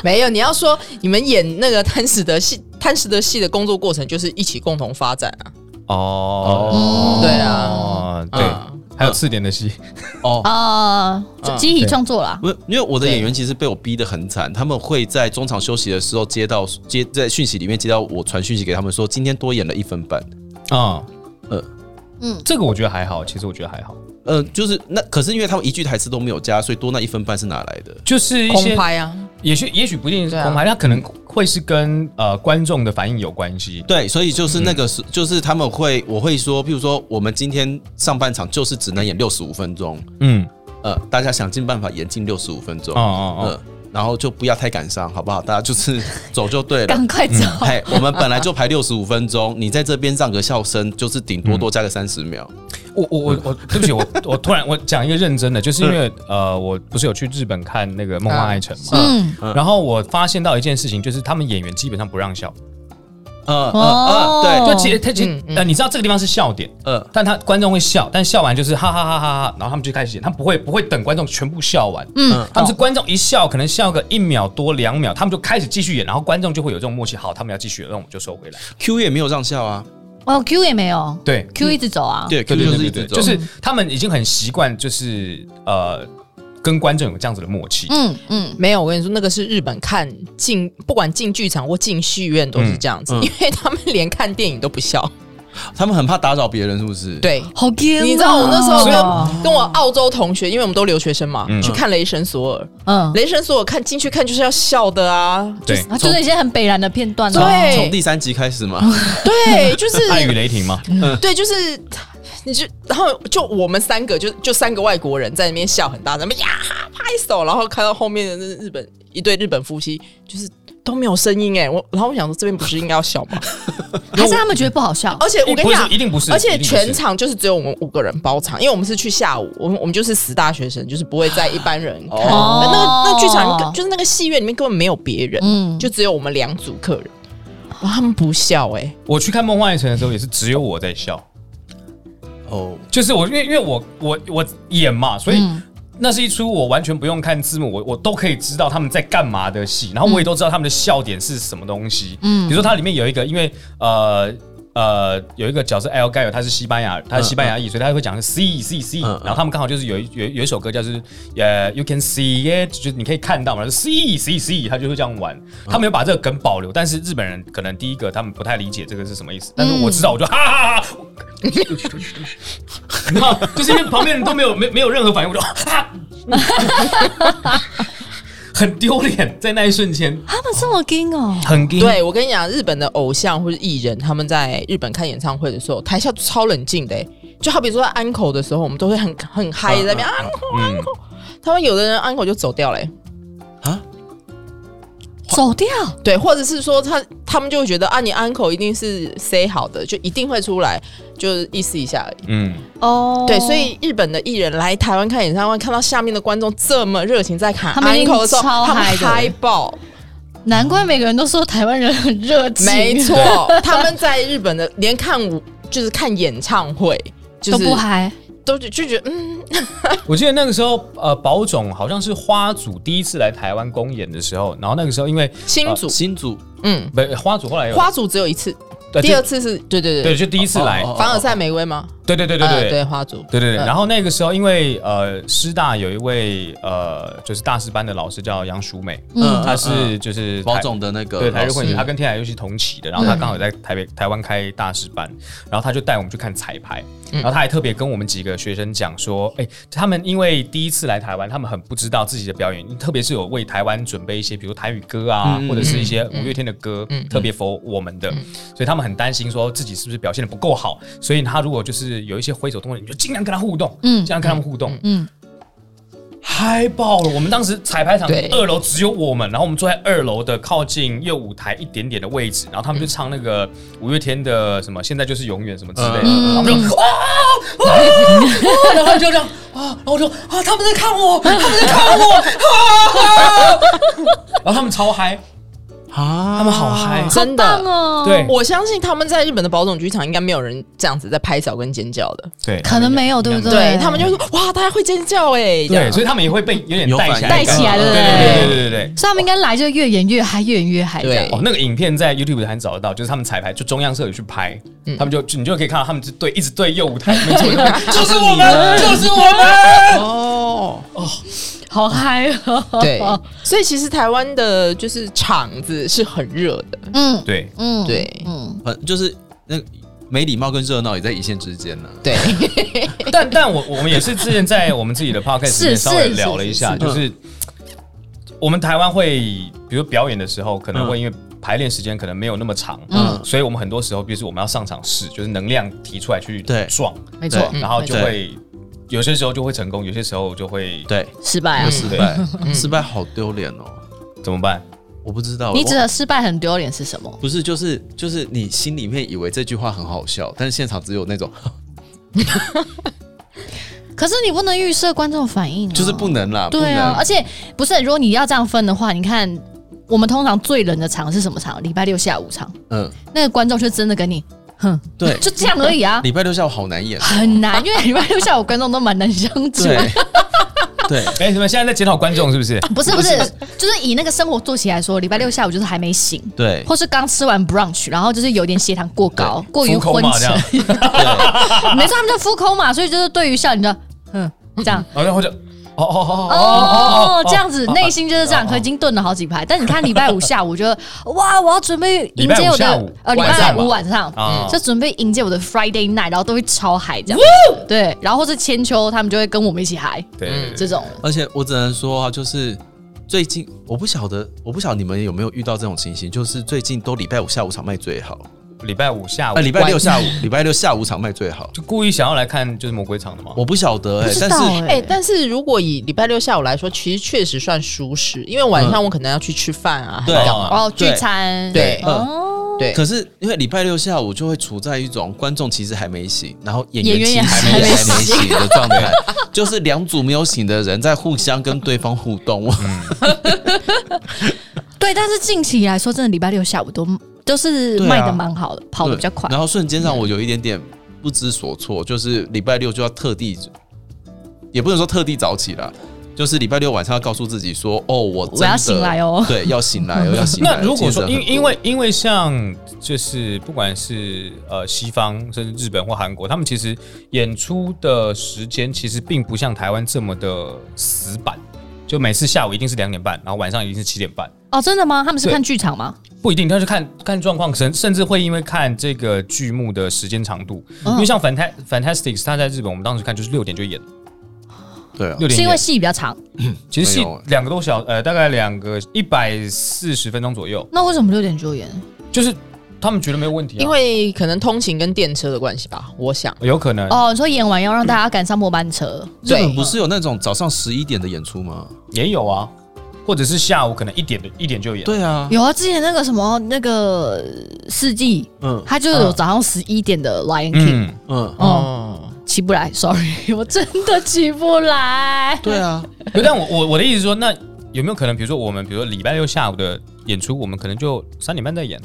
没有，你要说你们演那个贪食的戏，贪食的戏的工作过程就是一起共同发展啊。
哦，
对啊
哦，对
嗯，
还有次点的戏，
哦，
啊，就集体
对
创作啦。
不，因为我的演员其实被我逼得很惨，他们会在中场休息的时候接到接在讯息里面接到我传讯息给他们说今天多演了一分半，
啊，
呃
嗯
嗯，
这个我觉得还好，其实我觉得还好，
呃，就是那可是因为他们一句台词都没有加，所以多那一分半是哪来的？
就是一
空
些，
拍啊，
也许也许不一定是
对啊
空拍，它可能会是跟呃观众的反应有关系。
对，所以就是那
嗯
个是，就是他们会，我会说，譬如说，我们今天上半场就是只能演六十五分钟，
嗯，
呃，大家想尽办法演进六十五分钟，
哦哦
呃，然后就不要太感伤，好不好？大家就是走就对 了
赶。快走！
嘿，我们本来就排六十五分钟，你在这边让个笑声，就是顶多多加个三十秒。
哦，我我我我，对不起，我我突然我讲一个认真的，就是因为呃，我不是有去日本看那个《梦幻爱城》嘛，
啊
嗯，
然后我发现到一件事情，就是他们演员基本上不让笑，
嗯
哦
嗯嗯，
就
哦
其实他其实
嗯嗯
呃，你知道这个地方是笑点，
对，呃，
但他观众会笑，但笑完就是哈哈哈哈哈哈，然后他们就开始演，他们不会不会等观众全部笑完，嗯
嗯，
他们是观众一笑，可能笑个一秒多两秒，他们就开始继续演，然后观众就会有这种默契，好，他们要继续演，那我们就收回来。
Q 也没有让笑啊，
哦，Q 也没有，
对
，Q 嗯一直走啊，
对，Q 就是一直走，
就是他们已经很习惯，就是呃，跟观众有这样子的默契。
嗯嗯，
没有，我跟你说，那个是日本看进，不管进剧场或进戏院都是这样子，
嗯嗯
因为他们连看电影都不笑。
他们很怕打扰别人，是不是？，
对，
好啊 Q，
你知道我那时候
所
跟、
以
跟我澳洲同学，因为我们都留学生嘛，
嗯
去看《雷神索尔》。
嗯，
雷神索尔看进去看就是要笑的啊，
对，
啊就是一些很北然的片段哦，
对
从第三集开始嘛，
对，就是
爱与雷霆嘛，
对，就是你就然后就我们三个就就三个外国人在那边笑很大声，呀拍手，然后看到后面的那日本一对日本夫妻就是。都没有声音哎、我然后我想说这边不是应该要笑吗？
还是他们觉得不好笑，
而且我跟
不
你
是
讲，
一定不是，
而且
一定不是
全场就是只有我们五个人包场，因为我们是去下午，我们我们就是死大学生，就是不会在一般人看。
哦
那个那个剧场跟就是那个戏院里面根本没有别人，
嗯，
就只有我们两组客人。哇，他们不笑哎、
我去看《梦幻夜城》的时候，也是只有我在笑，
哦，
就是我因为因为我我我演嘛，所以。
嗯
那是一出我完全不用看字幕，我我都可以知道他们在干嘛的戏，然后我也都知道他们的笑点是什么东西。嗯，比如说它里面有一个，因为呃呃有一个角色 El Gallo，他是西班牙，他是西班牙裔，所以他会讲是 C C C，
嗯嗯嗯
然后他们刚好就是有一有有一首歌叫是呃 You can see it，就是你可以看到嘛，就是 C C C，他就会这样
嗯
玩，他们有把这个梗保留，但是日本人可能第一个他们不太理解这个是什么意思，但是我知道我就哈哈哈哈，然后 就是因为旁边人都没有没没有任何反应，我就啊哈， 很丢脸，在那一瞬间
他们这么硬哦，
很丢
对我跟你讲，日本的偶像或者艺人，他们在日本看演唱会的时候，台下超冷静的、欸，就好比说在安口的时候，我们都会很很嗨在那
嗯
边安口安口，他们有的人安口就走掉了、欸
啊，
走掉，
对，或者是说他他们就会觉得啊，你安口一定是 say 好的，就一定会出来，就是意思一下而已。
嗯。
哦，
对，所以日本的艺人来台湾看演唱会，看到下面的观众这么热情在喊
他们一
安
定
口的时候，
超
他们
嗨的
嗨爆。
难怪每个人都说台湾人很热情，
没 错，他们在日本的连看舞就是看演唱会，就是
都不嗨，
都就就觉得嗯，
我记得那个时候，呃，宝总好像是花组第一次来台湾公演的时候，然后那个时候因为
新组、
啊
新组
嗯，
不花组后来有
花组只有一次，
对
第二次是对
呃就
对
对
对，
就第一次来，
哦哦
凡尔赛玫瑰吗？
对对对对
呃
对
对花组，
对对对。
嗯
然后那个时候因为呃师大有一位呃就是大师班的老师叫杨淑美，
嗯
她是就是
保
台
总的那个
对台日混
老
血，
师嗯
他跟天海佑希同期的，然后他刚好在台北台湾开大师班，然后他就带我们去看彩排，
嗯
然后他还特别跟我们几个学生讲说，哎，他们因为第一次来台湾，他们很不知道自己的表演，特别是有为台湾准备一些，比如台语歌啊，
嗯
或者是一些五月天的歌，特别 for 我们的，所以他们很担心说自己是不是表现的不够好，所以他如果就是有一些挥手动作，你就尽量跟他互动，嗯，尽量跟他们互动，
嗯，
嗨爆了！我们当时彩排场
对
二楼只有我们，然后我们坐在二楼的靠近右舞台一点点的位置，然后他们就唱那个五月天的什么“现在就是永远”什么之类的，然后我们就哇啊啊，然后就这样啊，然后我就啊，他们在看我，他们在看我，啊啊，然后他们超嗨，
啊，
他们好嗨，
真
棒
的。
哦，
对
我相信他们在日本的保总剧场应该没有人这样子在拍手跟尖叫的，
对，
可能没有对不对
对他们就说哇，大家会尖叫哎，这
对，
样
所以他们也会被有点
有
带起来，
反应
带起来
对
对不
对
对
对对对对对。
所以他们应该来就越演越嗨，越演越嗨这样。
对
哦，那个影片在 YouTube 还能找得到，就是他们彩排，就中央社有去拍，他们就就你就可以看到他们是对一直对右舞台，没错，就是我们，就是我们。
哦，
好嗨哦！
对，所以其实台湾的就是场子是很热的，
嗯
对，
嗯，
对
嗯，
很就是那个没礼貌跟热闹也在一线之间呢。
对，
但但我我们也是之前在我们自己的 podcast
是
里面稍微
是
聊了一下，
是是
就是我们台湾会，比如表演的时候，可能会因为排练时间可能没有那么长，
嗯
所以我们很多时候，比如说我们要上场试，就是能量提出来去
对
撞，
嗯没错，
然后就
对
会有些时候就会成功，有些时候就会
对，
失败啊
嗯
有！失败，失败好丢脸哦，
怎么办？
我不知道，
你
我
指的失败很丢脸是什么？
不是，就是就是你心里面以为这句话很好笑，但是现场只有那种，
可是你不能预设观众反应、啊，
就是不能啦，不
对啊
能，
而且不是，如果你要这样分的话，你看我们通常最冷的场是什么场？礼拜六下午场，
嗯，
那个观众就真的跟你，哼，
对，
就这样而已啊，
礼拜六下午好难演，啊
很难，因为礼拜六下午观众都蛮难相处。
对对，
哎，你们现在在检讨观众是不是？
不是不是，就是以那个生活作息来说，礼拜六下午就是还没醒，
对
或是刚吃完 brunch，然后就是有点血糖过高，过于
浮空
昏
嘛这
沉
样，
没错，他们就浮空嘛，所以就是对于笑，你知道，嗯，这样。
然后或者哦哦哦哦
哦，这样子，内心就是这样，可已经炖了好几排。但你看礼拜五下午，就哇，我要准备迎接
礼拜五
我
下
的
午
呃礼
晚
拜
上吧
五晚上
啊，
就准备迎接我的 Friday night，然后都会超嗨这样。对，然后或是千秋他们就会跟我们一起嗨
对对
嗯这
对，
种。
而且我只能说啊，就是最近我不晓得，我不晓得你们有没有遇到这种情形，就是最近都礼拜五下午场卖最好，
哦礼拜五下午
啊，礼拜六下午，礼拜六下午场卖最 好，
就故意想要来看就是魔鬼场的嘛。
我不晓得哎、
不知
但
道
是
哎、
哎，
但是如果以礼拜六下午来说，其实确实算舒适，因为晚上我可能要去吃饭啊，
对
还干嘛
哦
哦，聚餐
对
哦，
对，
可是因为礼拜六下午就会处在一种观众其实还没醒，然后演
演
员
员
其实
也还
还
没
没还没醒的状态， 就是两组没有醒的人在互相跟对方互动。我
对。但是近期来说，真的礼拜六下午都都是
对啊
卖的蛮好的，跑的比较快。嗯
然后瞬间让我有一点点不知所措，就是礼拜六就要特地，也不能说特地早起啦，就是礼拜六晚上要告诉自己说，哦，我真
我要
的
醒来哦
对，要醒 来哦，要醒来。
那如果
精神
说
很
因
多
因为因为像就是不管是呃西方甚至日本或韩国，他们其实演出的时间其实并不像台湾这么的死板，就每次下午一定是两点半，然后晚上一定是七点半，
哦，真的吗？他们是
对
看剧场吗？
不一定，但是看看状况，甚甚至会因为看这个剧目的时间长度，因为像 Fanta Fantastics，它在日本我们当时看就是六点就演，
对啊，
六点
是因为
演，
戏比较长，
其实
没
戏
有欸
两个多小呃大概两个一百四十分钟左右，
那为什么六点就演？
就是他们觉得没有问题、啊，
因为可能通勤跟电车的关系吧，我想。
有可能
哦，你说演完要让大家赶上末班车，
日
对
本不是有那种早上十一点的演出吗？
也有啊，或者是下午可能一点的一点就演。
对啊，
有啊，之前那个什么那个四季，
嗯
他就有早上十一点的 Lion King，、
嗯，
嗯，
哦，
哦，
起不来，sorry，我 真的起不来。
对啊，
可但我我我的意思是说，那有没有可能，比如说我们，比如说礼拜六下午的演出，我们可能就三点半再演，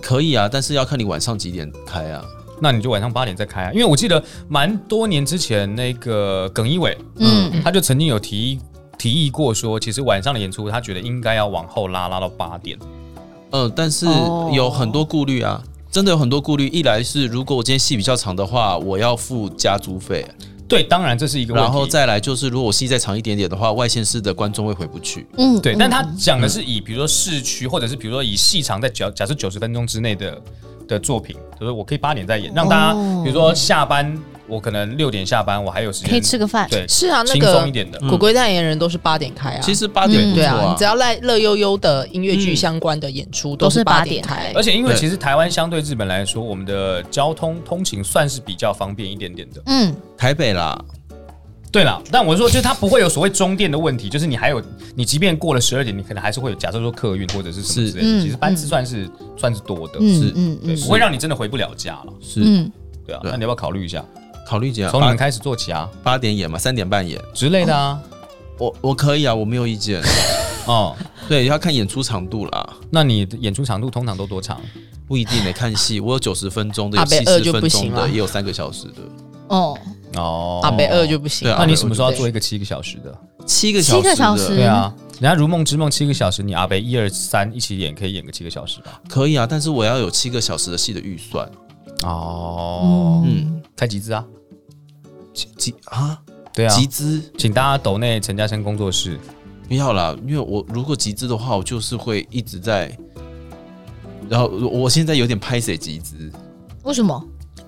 可以啊，但是要看你晚上几点开啊。
那你就晚上八点再开啊？因为我记得蛮多年之前，那个耿一伟，
嗯，
他就曾经有提提议过说，其实晚上的演出他觉得应该要往后拉，拉到八点。
嗯，但是
哦
有很多顾虑啊，真的有很多顾虑。一来是如果我今天戏比较长的话，我要付加租费，
对，当然这是一个问题。
然后再来就是如果我戏再长一点点的话，外县市的观众会回不去。
嗯，
对，
嗯
但他讲的是以比如说市区，或者是比如说以戏场在假假设九十分钟之内的的作品，就是我可以八点再演，让大家
哦
比如说下班，我可能六点下班，我还有时间
可以吃嗯个饭，
对
是啊，那
轻松
个
一点的。
鬼鬼代言人都是八点开啊。
其实八点不
对
错
啊，你只
啊，
要来乐悠悠的音乐剧相关的演出嗯都是八点开，
而且因为
对
其实台湾相对日本来说，我们的交通通勤算是比较方便一点点的。
嗯，
台北啦，
对啦，但我是说，就是它不会有所谓终电的问题，就是你还有你即便过了十二点，你可能还是会有假设说客运或者是什么
是
之类的，
嗯
其实班次算是、算是多的，
嗯
是
嗯
对，
嗯
不会让你真的回不了家了。
是
嗯，
对啊，
对
那你要不要考虑一下，
考虑几啊，
从你
八
们开始做起啊
八点演嘛，三点半演，
之类的啊？
我我可以啊，我没有意见。
哦，
对，要看演出长度啦，
那你的演出长度通常都多长？
不一定得、看戏。我有九十分钟的，
阿
有
北
七
二
十
就不
分
行
钟的，
了
也有三个小时的，
哦，
哦，
阿北二就不行
对。啊
那你什么时候要做一个七个小时的？
七个
七个小
的
时
对啊，人家《如梦之梦》七个小时，你阿北一二三一起演，可以演个七个小时吧？
可以啊，但是我要有七个小时的戏的预算。
哦，
嗯，
开集资啊？
集啊，
对啊，
集资
请大家抖内陈嘉生工作室。
不要啦，因为我如果集资的话，我就是会一直在。然后我我现在有点拍谁集资，
为什么？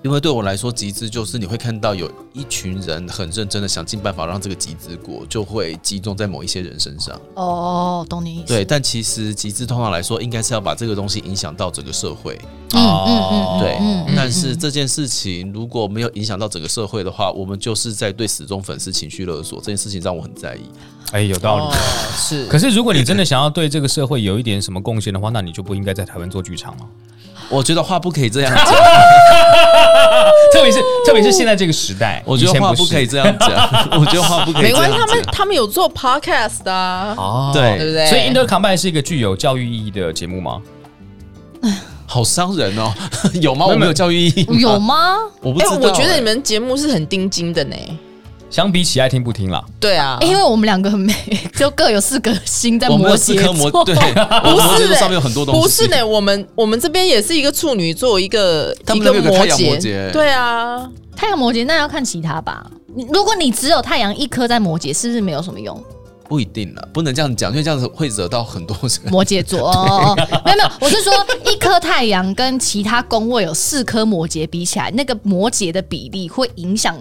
因为对我来说，集资就是你会看到有一群人很认真的想尽办法让这个集资过，就会集中在某一些人身上。
哦，懂你意思。
对，但其实集资通常来说，应该是要把这个东西影响到整个社会。
嗯
哦
嗯嗯，
对，
嗯嗯
但是这件事情如果没有影响到整个社会的话，我们就是在对死忠粉丝情绪勒索。这件事情让我很在意。
哎，有道理。
哦，是
可是如果你真的想要对这个社会有一点什么贡献的话，那你就不应该在台湾做剧场啊 了。
我觉得话不可以这样讲，
特别是特别是现在这个时代，
我觉
以
得
前
话
不
不
是
可以这样 讲，我觉得话不可以
没
这
关系，
样
他们
讲。
他们有做 podcast 的啊，
哦。
对
对不对？
所以 Inter Combine 是一个具有教育意义的节目吗？
好伤人哦， 有吗？
没有
我没有教育意义吗，
有吗？
我不
哎
知道哎。
我觉得你们节目是很钉金的呢。
相比起爱听不听啦，
对啊，
因为我们两个没， 就各有四颗星在
我们
摩
有四
羯
颗
座
摩，对，我
不
们摩羯
是
座
呢，
上面有很多东西，
不是呢，我们我们这边也是一个处女座，一个
他
一
们那边有个
摩
太阳摩羯
对啊，
太阳摩羯，那要看其他吧。你如果你只有太阳一颗在摩羯，是不是没有什么用？
不一定了，不能这样讲，因为这样子会惹到很多人。
摩羯座，哦哦哦，没有没有，我是说一颗太阳跟其他宫位有四颗摩羯比起来，那个摩羯的比例会影响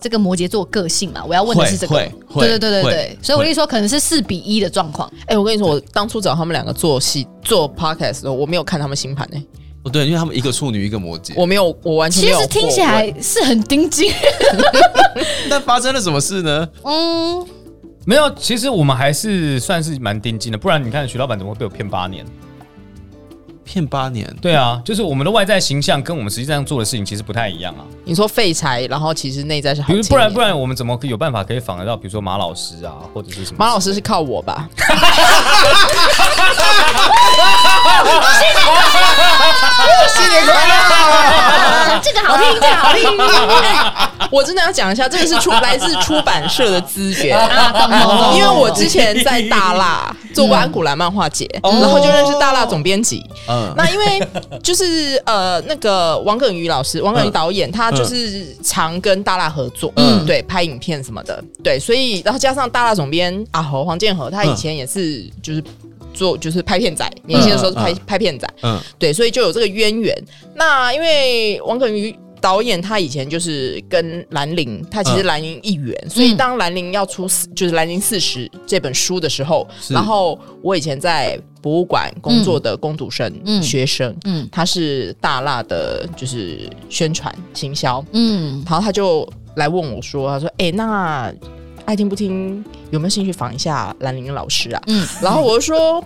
这个摩羯座个性嘛？我要问的是这个
会，会
对对对对
会
对，所以我就说可能是四比一的状况。
哎、我跟你说，我当初找他们两个做戏做 podcast 的时候，我没有看他们星盘呢、
哦 对，因为他们一个处女，一个摩羯。
我没有，我完全
其
没有
实听起
过问
来是很盯紧，
但发生了什么事呢？
嗯，
没有，其实我们还是算是蛮盯紧的，不然你看徐老板怎么会被我骗八年？
骗八年，
对啊，就是我们的外在形象跟我们实际上做的事情其实不太一样啊。
你说废柴，然后啊其实内在是好
比如
青年，
不然不然我们怎么可以有办法可以仿得到，比如说马老师啊，或者是什么？
马老师是靠我 吧？ 新年快乐！
这个好 听，这个好听。
哎我真的要讲一下，这个是出来自出版社的资源，
啊，懂懂懂。
因为我之前在大辣做过安古兰漫画节，
哦
嗯
然后就认识大辣总编辑。
嗯，
那因为就是呃，那个王耿瑜老师，王耿瑜
嗯
导演，他
嗯
就是常跟大辣合作，
嗯
嗯，对，拍影片什么的，对，所以然后加上大辣总编阿侯黄建和，他
嗯
以前也是就是做就是拍片仔，年轻的时候是拍
嗯
拍片仔，
嗯
嗯，对，所以就有这个渊源。那因为王耿瑜。导演他以前就是跟兰陵，他其实
嗯
兰陵一员，所以当兰陵要出四就是《兰陵四十》这本书的时候，
是
然后我以前在博物馆工作的工读生、
嗯
学生，
嗯
他是大辣的，就是宣传行销，
嗯，
然后他就来问我说：“他说，哎、那爱听不听，有没有兴趣访一下兰陵老师啊？”
嗯
然后我就说：“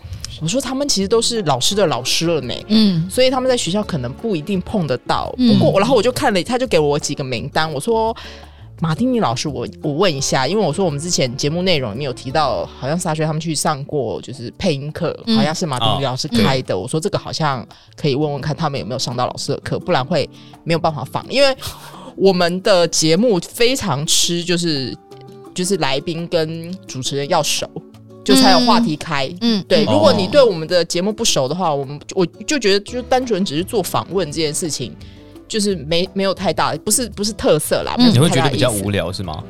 我说他们其实都是老师的老师了呢。”
嗯
所以他们在学校可能不一定碰得到。
嗯
不过，然后我就看了，他就给我几个名单，我说。马丁尼老师我，我问一下，因为我说我们之前节目内容里面有提到，好像沙宣他们去上过就是配音课，
嗯
好像是马丁尼老师开的。我说这个好像可以问问看他们有没有上到老师的课，不然会没有办法放，因为我们的节目非常吃就是就是来宾跟主持人要熟，就才有话题开。
嗯，
对，
嗯
如果
哦
你对我们的节目不熟的话，我们我就觉得就单纯只是做访问这件事情，就是没没有太大，不是不是特色啦，没有
嗯你会
太
觉
大
得
的
比较
意思
无聊是吗？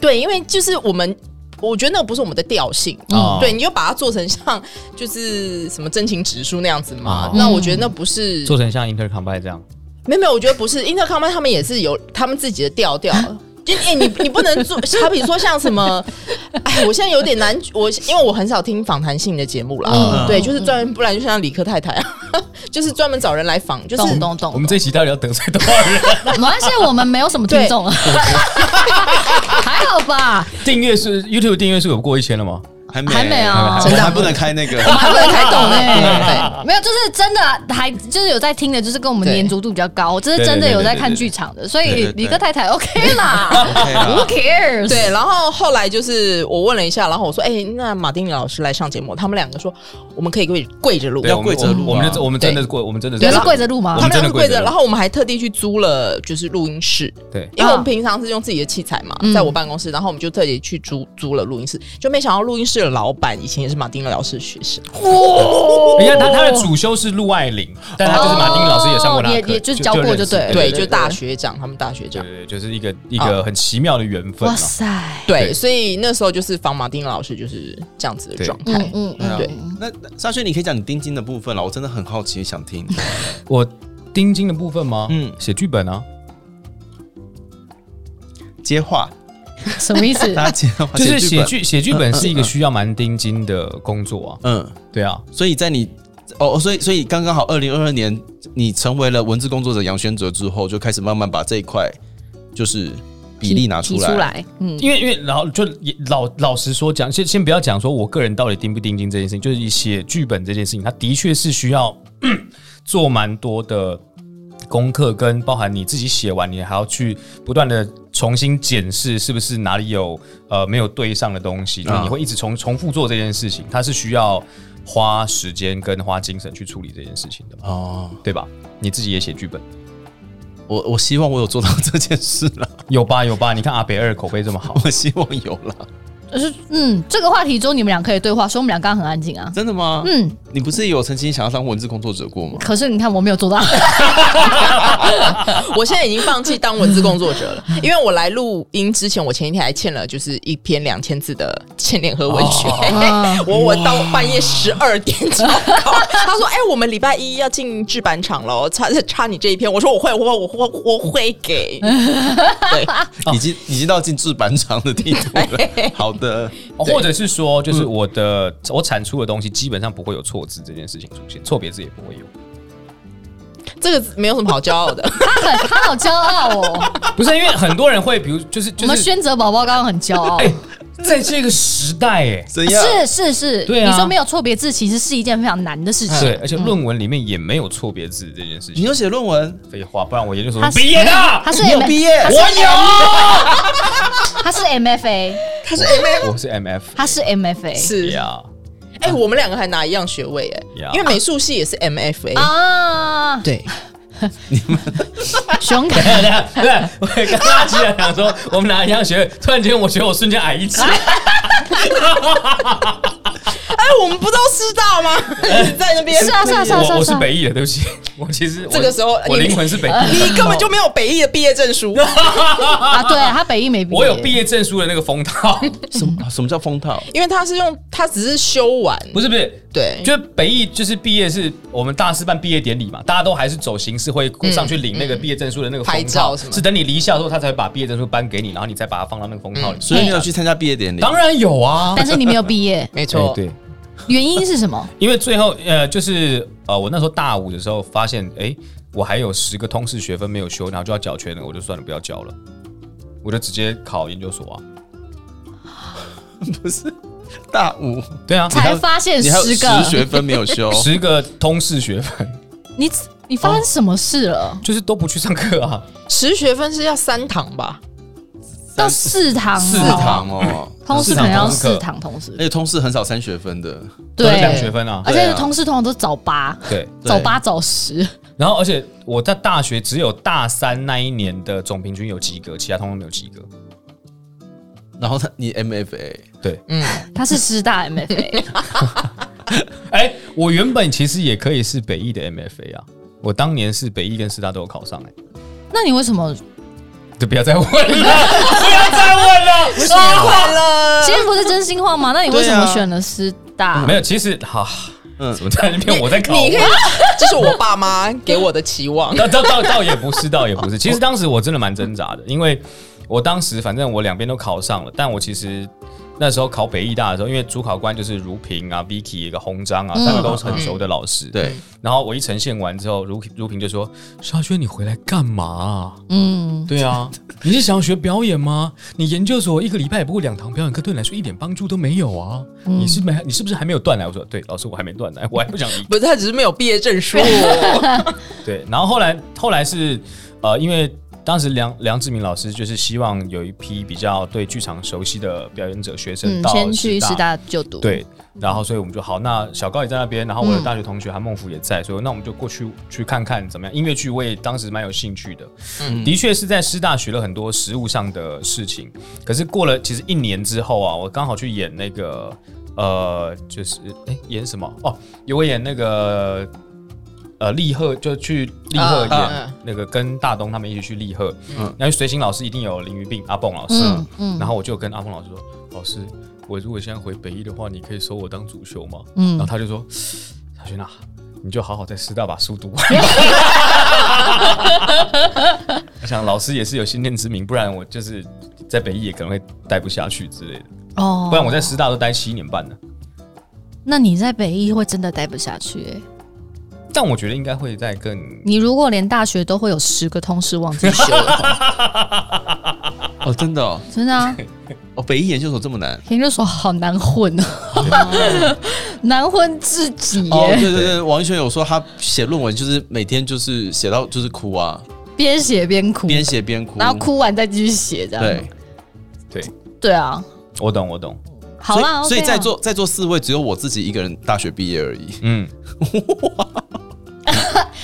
对，因为就是我们。我觉得那个不是我们的调性，
哦
对，你就把它做成像就是什么真情指数那样子嘛。
哦嗯
那我觉得那不是，
做成像 Inter Combine 这样，
没有没有，我觉得不是。Intercom 他们也是有他们自己的调调，
啊
就哎、你你不能做， 好比说像什么，哎，我现在有点难，我因为我很少听访谈性的节目啦，
嗯
对，就是专门，不然就像理科太太啊， 就是专门找人来访，就是
懂懂
我
懂。
们这一集到底要得罪多少人？
没关系，我们没有什么听众了， 还好吧？
订阅是 YouTube 订阅数有过一千了吗？
还没
还没啊
我们还不能开那个。
还不能太懂哎。
对
没有，就是真的，还就是有在听的，就是跟我们
对
粘着度比较高，这是真的有在看剧场的，所
对
以
对对
理科太太 OK 啦
OK 啦
，Who cares？
对，然后后来就是我问了一下，然后我说，哎、那马丁尼老师来上节目，他们两个说我们可以跪跪着录，
对，我们
跪着录啊
我们就我们真的是跪，我们真的
你
对
是
然后
跪着录吗
我
他？
们
们
真的
两个跪着，
跪着录
然后我们还特地去租了就是录音室，
对。
因为
嗯
我们平常是用自己的器材嘛，在我办公室，然后我们就特地去租租了录音室，就没想到录音室的老板以前也是马丁老师的学生，
哦
你看他他的主修是陆爱玲，但他就是马丁老师也上过他的
哦
课，
也也就是教过就
认识
对了
对，就大学长，他们大学
对
长，
对，对就是一个一个很奇妙的缘分
哇
啊。
塞，
对，
对
所以那时候就是仿马丁老师就是这样子的状态。
嗯
对啊
对，
那那沙宣，你可以讲你钉金的部分了，我真的很好奇，想听。
我钉金的部分吗？
嗯
嗯，写剧本啊，
接话，
什么意思？
大家接话，
就是写
本。
剧写剧
嗯
本是一个需要蛮钉金的工作啊。
嗯，
对啊，
所以在你哦，所以所以刚刚好，二零二二年你成为了文字工作者杨轩哲之后，就开始慢慢把这一块就是比例拿出
提
来。
出来，嗯，
因为因为然后就也老老实说讲，先先不要讲说我个人到底盯不盯金这件事情，就是以写剧本这件事情，它的确是需要 做蛮多的功课，跟包含你自己写完，你还要去不断的重新检视是不是哪里有呃没有对上的东西，就是
啊
你会一直重重复做这件事情，它是需要花时间跟花精神去处理这件事情的嘛，
哦，
对吧？你自己也写剧本，
我我希望我有做到这件事了，
有吧有吧？你看阿北二口碑这么好，
我希望有了。
就是嗯，这个话题中你们俩可以对话，所以我们俩刚刚很安静啊。
真的吗？
嗯，
你不是也有曾经想要当文字工作者过吗？
可是你看我没有做到，
我现在已经放弃当文字工作者了，因为我来录音之前，我前一天还欠了就是一篇两千字的 欠联合文学，
哦
我我到半夜十二点 交稿。他说：“哎、我们礼拜一要进制版厂了，哦差差你这一篇。”我说：“我会，我我我我会给。”对，
哦
已经已经到进制版厂的地步 了。好的，
哦或者是说，就是我的、我产出的东西基本上不会有错字这件事情出现，错别字也不会有。
这个没有什么好骄 傲的。
他很他好骄傲哦。
不是因为很多人会，比如就是
我
就
们
是，
轩泽宝宝刚刚很骄傲
哎、，在这个时代、哎，
怎样？
是是是，
对啊
你说没有错别字，其实是一件非常难 的事
对
情，。
哎而且论文里面也没有错别字这件事
你
情。
有写论文？
废话，不然我研究所
他是
毕业的，
他是
你有
M
毕业？
我
他是 MFA，
有，我是 MF，
他是 MFA，
是
呀，
哎、我们两个还拿一样学位哎、
呀
因为美术系也是 MFA，、
啊，
对，
熊
等一下
凯
等一下，对，我刚刚阿吉在讲说，我们拿一样学位，突然间我觉得我瞬间矮一尺，
啊
哎、我们不都知道 吗？你在那边
是啊是啊是啊是
我
啊
我
是
是
啊，
北艺的，对不起， 我其实我
这个时候
我
你
灵魂是 北艺，
你根本就没有北艺的毕业证书，
啊，对啊，他北艺没毕业，
我有毕业证书的那个封套，
什
嗯
么啊什么叫封套？
因为他是用他只是修完，
不是不是，
对，
就是北艺就是毕业是我们大四办毕业典礼嘛，大家都还是走形式会上去领那个毕业证书的那个
嗯拍
封
照
套，
是吗
是等你离校之后，他才会把毕业证书颁给你，然后你再把它放到那个封套
嗯
里。
所以你有去参加毕业典礼？
当然有啊，
但是你没有毕业，
没错、
哎对，
原因是什么？
因为最后呃，就是呃，我那时候大五的时候发现，哎、我还有十个通识学分没有修，然后就要缴全额，我就算了，不要缴了，我就直接考研究所啊。
不是大五，
对啊，，
才发现
你还有
十个，
学分没有修
十个通识学分
你你发生什么事了？
就是都不去上课啊，
十学分是要三堂吧？
到四堂，
四
四
堂
堂哦。
通识可能要四
四
堂同时
而，且通识很少三学分的，
都是两
对
学，分啊。
而且
对啊
同事通常都早八，
对，
对
早八早十，
然后而且我在大学只有大三那一年的总平均有及格，其他通通没有及格。
然后他你 MFA
对，
他是师大 MFA，
哎、我原本其实也可以是北艺的 MFA 啊，我当年是北艺跟师大都有考上哎、
那你为什么？
就不要再问了， 不要再问了，不
快乐，
今天不是真心话吗？那你为什么选了师大
没？有，其实哈，
嗯
嗯，怎么在那边我在搞
你可以，这是我爸妈给我的期望。
倒倒倒倒也不是，倒也不是。其实当时我真的蛮挣扎的，因为我当时反正我两边都考上了，但我其实那时候考北艺大的时候，因为主考官就是如萍啊、Vicky 一个红章啊，三个都是很熟的老师。
对，
然后我一呈现完之后，如如萍就说：“沙娟，你回来干嘛啊、
嗯，
对啊，你是想要学表演吗？你研究所一个礼拜也不过两堂表演课，对你来说一点帮助都没有啊！你是没，你是不是还没有断奶？我说对，老师我还没断奶，我还不想离
不是，他只是没有毕业证 书。
对，然后后来后来是呃，因为当时梁梁志明老师就是希望有一批比较对剧场熟悉的表演者学生
嗯，
到
先去
师
师大就读，，
对，
嗯
然后所以我们就好，那小高也在那边，然后我的大学同学韩梦福也在，所以那我们就过去去看看怎么样。音乐剧我也当时蛮有兴趣的，
嗯
的确是在师大学了很多实务上的事情。可是过了其实一年之后啊，我刚好去演那个呃，就是哎、演什么哦，有我演那个。呃，立贺就去立贺
啊啊
演
啊
那个跟大东他们一起去立贺，
嗯
嗯，那随行老师一定有淋雨病，阿蹦老师，
嗯嗯
然后我就跟阿峰老师说：“老师，我如果现在回北医的话，你可以收我当主修吗？”
嗯
然后他就说：“小轩啊，你就好好在师大把书读 完。”我想老师也是有先见之明，不然我就是在北医也可能会待不下去之类的。
哦
不然我在师大都待七年半了，
那你在北艺会真的待不下去欸
但我觉得应该会再更
你如果连大学都会有十个通识忘记修的话，
哦，真的哦，
真的啊，
哦，北一研究所这么难
研究所好难混哦， 难混至极 欸
哦，对
耶！
对对，王一轩有说他写论文就是每天就是写到就是哭啊，
边写边哭，
边写边哭，
嗯然后哭完再继续写，这样
对，
对。
对啊，
我懂，我懂，
好啦，
所以所以
OK 啊
在座在座四位只有我自己一个人大学毕业而已，
嗯。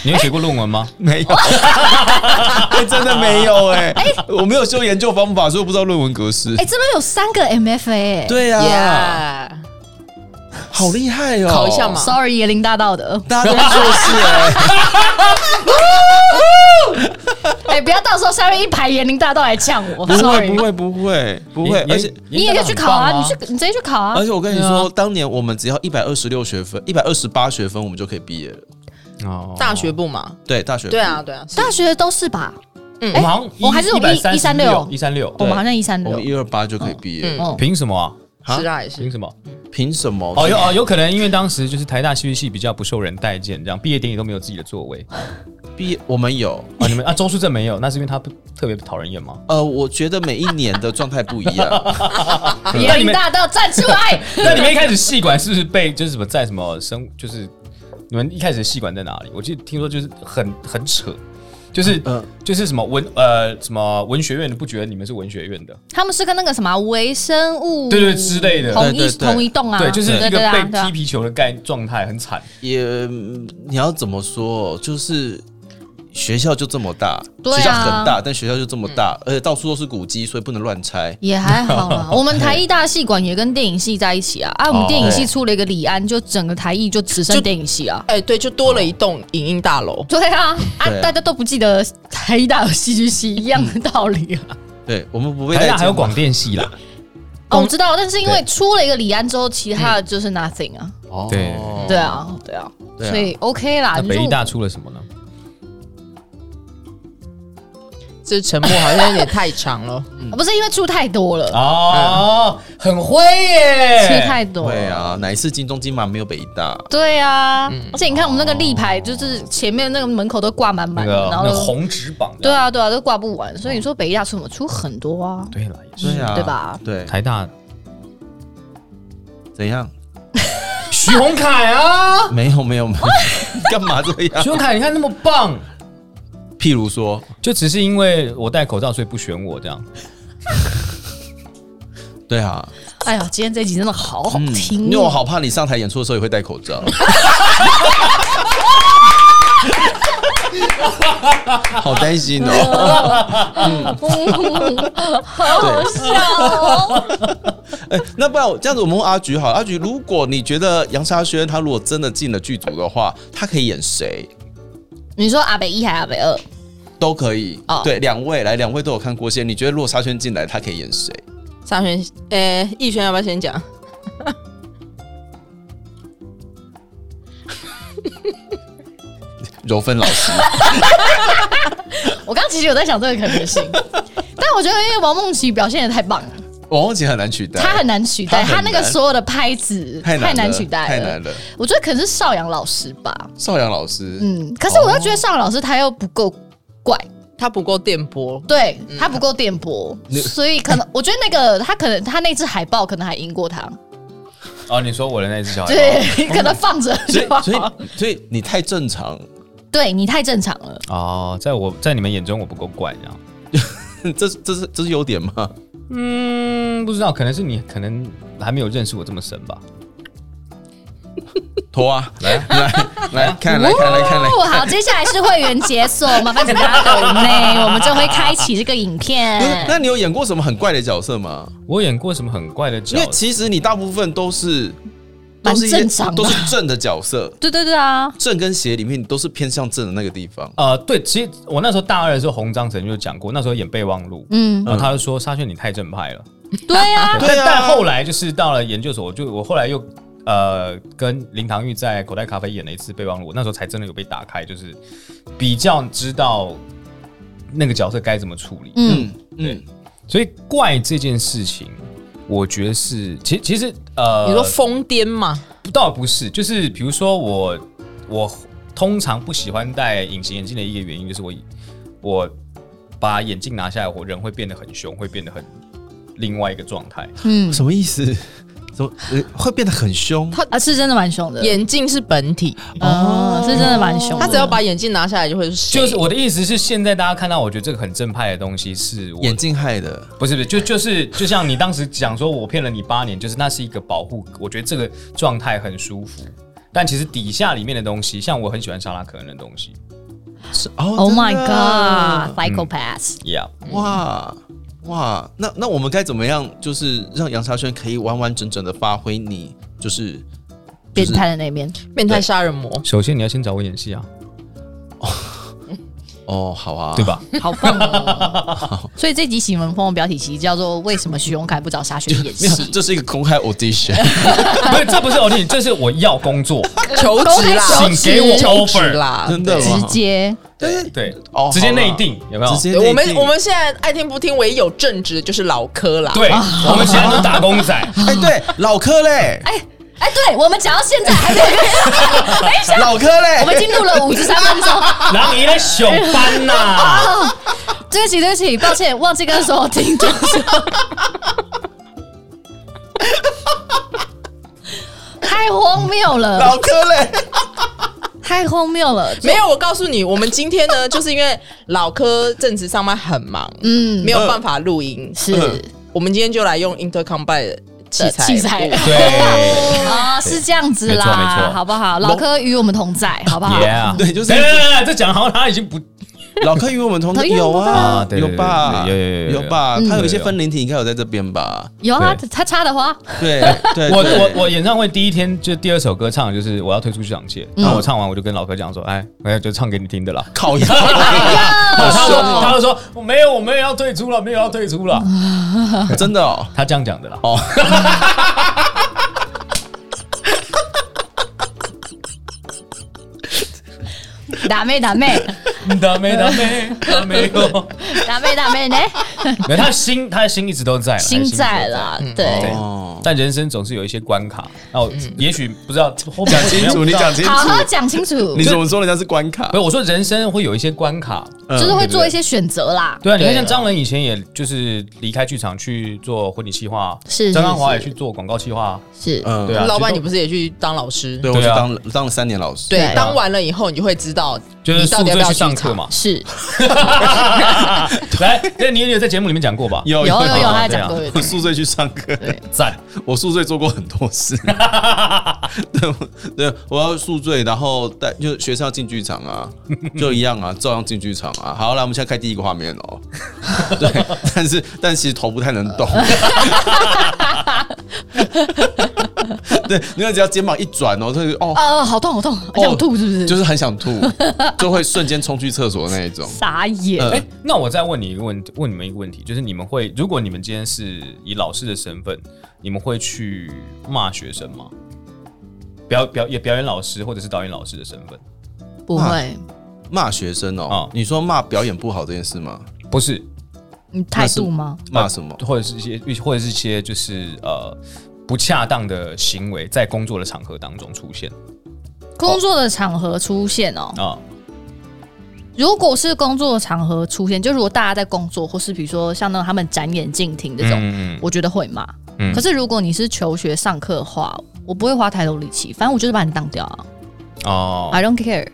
你有写过论文吗？哦
没有，哎 真的没 有哎，我没有修研究方法，所以我不知道论文格式
哎，。这边有三个 MFA，
对呀，
Yeah
好厉害哦！
考一下嘛
哎，sorry，椰林大道的，
大家都是硕士哎，
哎，不要到时候下面一排椰林大道来呛我
不会
，sorry，
不会不会不会，而且。
你也可以去考啊，你去你直接去考啊
而，且我跟你
对
说，
啊
当年我们只要一百二十六学分，一百二十八学分，我们就可以毕业了。
去哦
大学部嘛，
对，大学
对啊，对啊，
大学都是吧？
我们好像
哎我还是我们一
一
136
一三六，
我们好像一三
我
六
们，一二八就可以毕业
嗯，
哦，
凭什么啊？
啊
师大也是
凭，什么？
凭什么？
哦，有哦，有可能因为当时就是台大戏剧系比较不受人待见，这样毕业典礼都没有自己的座位啊、
毕业我们有。
哦你们啊，周树正没有，那是因为他不特别讨人厌吗？
呃，我觉得每一年的状态不一 样，
椰林啊大道站出来，
那你们一开始戏馆是不是被就是什么在什么生就是你们一开始戏馆在哪里？我记得听说就是很很扯，就是
嗯
就是什么文呃什么文学院的不觉得你们是文学院的，
他们是跟那个什么微生物
对对之类的
同一
对对对
同一栋啊，
对，就是一
对对
个
啊
被
对啊
踢皮球的概状态很惨，
也嗯你要怎么说？就是学校就这么大，
对啊
学校很大，但学校就这么大，而且到处都是古迹，所以不能乱拆。
也还 好啦，我们台艺大戏馆也跟电影系在一起啊，啊，我们
哦
电影系出了一个李安，就整个台艺就只剩
就
电影系啊。
哎、对，就多了一栋影音大楼。
对啊，啊
对，啊
大家都不记得台艺大有戏剧系一样的道理 啊。
对我们不被
台大
带
还有
进
广电系啦，
哦，我知道，但是因为
对
出了一个李安之后，其他的就是 nothing 啊。
嗯
哦
对
对啊，对啊，
对啊
所以 OK 啦。
哦
啊
那
就是
北医大出了什么呢？
这沉默好像有点太长了。
啊不是因为出太多了，
哦，很会
出
耶，
太多了。
对啊，哪一次金钟金马没有北医大？
对啊，
嗯
而且你看我们那个立牌，就是前面那个门口都挂满
那
满的，
个
然
那
后
个红纸榜这
对
样，
啊对啊都挂不完，所以你说北艺大出什么出很多啊，
对了，也是
对啊，
对吧？
对，
台大
怎样？
徐宏凯啊，
没有没有 没有，干嘛这样
徐？宏凯你看那么棒，
譬如说，
就只是因为我戴口罩所以不选我这样，
对啊，
哎呀，今天这集真的好好
嗯，
听
因为我
哦，
好怕你上台演出的时候也会戴口罩。 好担心哦！
好笑哦。
哎、那不然我这样子，我们问阿菊好了。阿菊，如果你觉得杨沙轩他如果真的进了剧组的话，他可以演谁
你说阿北一还是阿北二？
都可以。
哦
对，两位来，两位都有看郭仙，你觉得如果沙宣进来，他可以演谁？
沙宣，呃、逸轩要不要先讲？
柔芬老 师，
我刚刚其实有在想这个可 能性，但我觉得因为王梦琪表现的太棒了，
王梦琪很难取代，
她很难取代，
她
她
很
那
难
个所有的拍子
太难了
取代
太难
了。
了。
我觉得可能是邵阳老师吧，
邵阳老师，
嗯，可是我又
哦
觉得邵阳老师他又不够怪，
他不够电波，
对
嗯
他不够电波，所以可能我觉得那个他可能他那只海报可能还赢过他，
哦，你说我的那只小孩，
对， 可能放着
所以
就好。
所以所以你太正常，
对你太正常了，
哦，在我在你们眼中我不够怪这样。
这是这是这是优点吗？
嗯，不知道，可能是你可能还没有认识我这么深吧。
拖啊， 来啊来来看来看来看来，
哦，好，接下来是会员解锁，麻烦请大家抖内，我们就会开启这个 影
不是
片。
那你有演过什么很怪的角色吗？
我演过什么很怪的角
因为
色？
其实你大部分都是都
蛮
是一些
正常的
都是正的角色，
对对对啊，
正跟邪里面你都是偏向正的那个地方。
呃，对，其实我那时候大二的时候，洪章成就讲过，那时候演备忘录，
嗯，
然后他就说：“沙宣，你太正派了。
对 啊，
对
但
啊
但后来就是到了研究所，我就我后来又呃跟林唐玉在口袋咖啡演了一次备忘录，我那时候才真的有被打开，就是比较知道那个角色该怎么处理。
嗯，
嗯嗯，
所以怪这件事情，我觉得是其其实呃，
你说疯癫嘛？
倒不是，就是比如说我我通常不喜欢戴隐形眼镜的一个原因，就是我我把眼镜拿下来，我人会变得很凶，会变得很另外一个状态。
嗯，
什么意思？怎么呃会变得很凶？
啊，是真的蛮凶的，
眼镜是本体，
哦，是真的蛮凶的。
他只要把眼镜拿下来就会是谁
就是我的意思是，现在大家看到我觉得这个很正派的东西是我
眼镜害的，
不是不是，就就是就像你当时讲说，我骗了你八年，就是那是一个保护，我觉得这个状态很舒服。但其实底下里面的东西，像我很喜欢莎拉可恩的东西
是哦
Oh
真的
my
嗯
God，psychopath！
，Yeah，
哇哇，那那我们该怎么样，就是让杨沙轩可以完完整整的发挥你就是
变态的那边，
变态杀人魔，
首先你要先找我演戏啊，
哦，好啊，
对？吧？
好棒哦！所以这集喜文风的标题其实叫做“为什么徐荣凯不找沙宣演
没有，
戏
这是一个公开 audition。
不是，这不是偶听，这是我要工 作，
求职啦，
请给我
求职
offer。
啦。
真的”，
直
吗？
接
但是
对，
哦
直接
好啦
内定有没有
直？接内定
我们我们现在爱听不听，唯一有正职就是老柯啦。
啊
对，我们现在都打工 仔，
哎，对老柯嘞，
哎哎，对我们讲到现在还没 有，等一下，
老柯
我们已
嘞，
经录了五十三分钟。
然后你来上班呐，
哦
对不起，对不起，抱歉，忘记跟所有听众 说。太荒谬了，
老柯嘞，
太荒谬了。
没有，我告诉你，我们今天 呢，就是因为老科正职上班很忙，
嗯，
没有办法录音，嗯
是
我们今天就来用 Intercom by 的器材
呃器材
录
对
啊，是这样子
没错没
啦，
错
好不好？老柯与我们同在，好不好？
，Yeah，
对就是
等等等等，这讲好像他已经不
老客与我们同
同样
有
啊
啊，
对对
有
对
吧，
有有有有有
有吧，
嗯
他有一些
有
分灵体，应该有在这边 吧？
有啊，
对
他插的花，
对对，
我
对
我我演唱会第一天就第二首歌唱的就是我要退出剧场界，
嗯
然后我唱完我就跟老哥讲说，哎，我就唱给你听的啦。
靠 腰，
嗯
他说他就说我没有，我没有要退出了，没有要退出了，
嗯
真的哦，
他这样讲的啦。
哦，
打妹打妹
打嗯没打没打没 有，
打妹打妹呢，
没有他的心他的心一直都在啦，
心在
他的
啦
心一直都在，
对。
哦
但人生总是有一些关卡，那我
嗯
也许不知 道后面怎么样。
清
好好讲清楚
你，怎么说人家是关卡
没？有，我说人生会有一些关卡，
嗯
就是会做一
对
些选择啦。
对啊，你看像
对
张伦以前也就是离开剧场去做婚礼企划，啊
是是
张刚华也
是
去做广告企划，
是，
嗯
对啊
老板，
其实都
你不是也去当老师？
对，我去
对啊
当当了三年老师，
对，
对啊
当完了以后，你就会知道
就是
你
宿
到底要
醉
不要
去
去
上课嘛。
是，
来，那你有在节目里面讲过吧？
哦有
有有有，
啊
他
对啊
讲过。
我宿醉去上课，
赞，
我宿醉做过很多 事。对我对，我要宿醉，然后带就学生要进剧场啊，就一样 啊，照样进剧场啊。好，来我们现在开第一个画面 哦。对，但是但其实头不太能 动。对，因为只要肩膀一转哦，他就哦。
呃，好痛好痛，好想吐是不是？
就是很想吐，就会瞬间冲去厕所那一 种。呃
傻眼，
哎，那我再问你一个问，问你们一个问题，就是你们会，如果你们今天是以老师的身份，你们会去骂学生吗？表表也表演老师或者是导演老师的身份，
不会，
骂学生哦
哦，
你说骂表演不好这件事吗？
不是，呃
你态度吗？
骂什么？
或者是一些或者是一些就是呃不恰当的行为在工作的场合当中出现
工作的场合出现哦，
啊，
如果是工作的场合出现，就如果大家在工作，或是比如说像那种他们展演竞停这种，
嗯
我觉得会骂。
嗯
可是如果你是求学上课的话，我不会花太多力气，反正我就是把你当掉啊、
哦，
i don't care。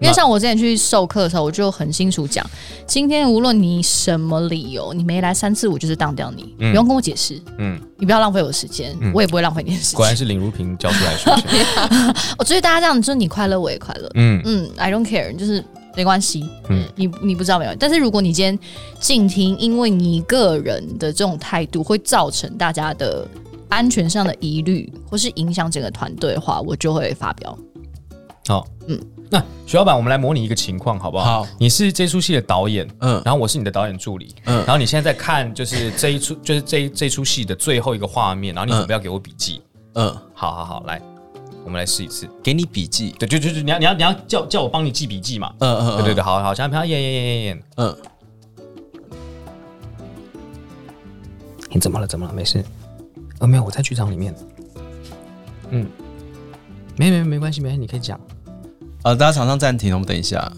因
那
为像我之前去授课的时候，我就很清楚讲，今天无论你什么理由，你没来三次，我就是当掉你，
嗯
不用跟我解释，
嗯，
你不要浪费我的时间，
嗯
我也不会浪费你的时
果然
间。
是林如萍教出来的学生，
我觉得大家这样，就是你快乐，我也快乐，
嗯
嗯，I don't care，就是没关系。
嗯
嗯，你你不知道没有，但是如果你今天静听，因为你个人的这种态度会造成大家的安全上的疑虑，或是影响整个团队的话，我就会发飙。
好，嗯
嗯，
那徐老板，我们来模拟一个情况，好不好？
好
你是这出戏的导演，嗯
嗯，
然后我是你的导演助理，嗯
嗯，
然后你现在在看就是这一出，就是这一这一出戏的最后一个画面，然后你准备要给我笔记，
嗯，
好好好，来，我们来试一次，
给你笔记。
对，就就就你要你要你要叫叫我帮你记笔记嘛，
嗯嗯，
对对
对，
对，好好，想想演演演演演，
嗯，
你怎么了？怎么了？没事，呃，没有，我在剧场里面，嗯，没没没关系，没关系，你可以讲，
呃，大家场上暂停，我们等一下。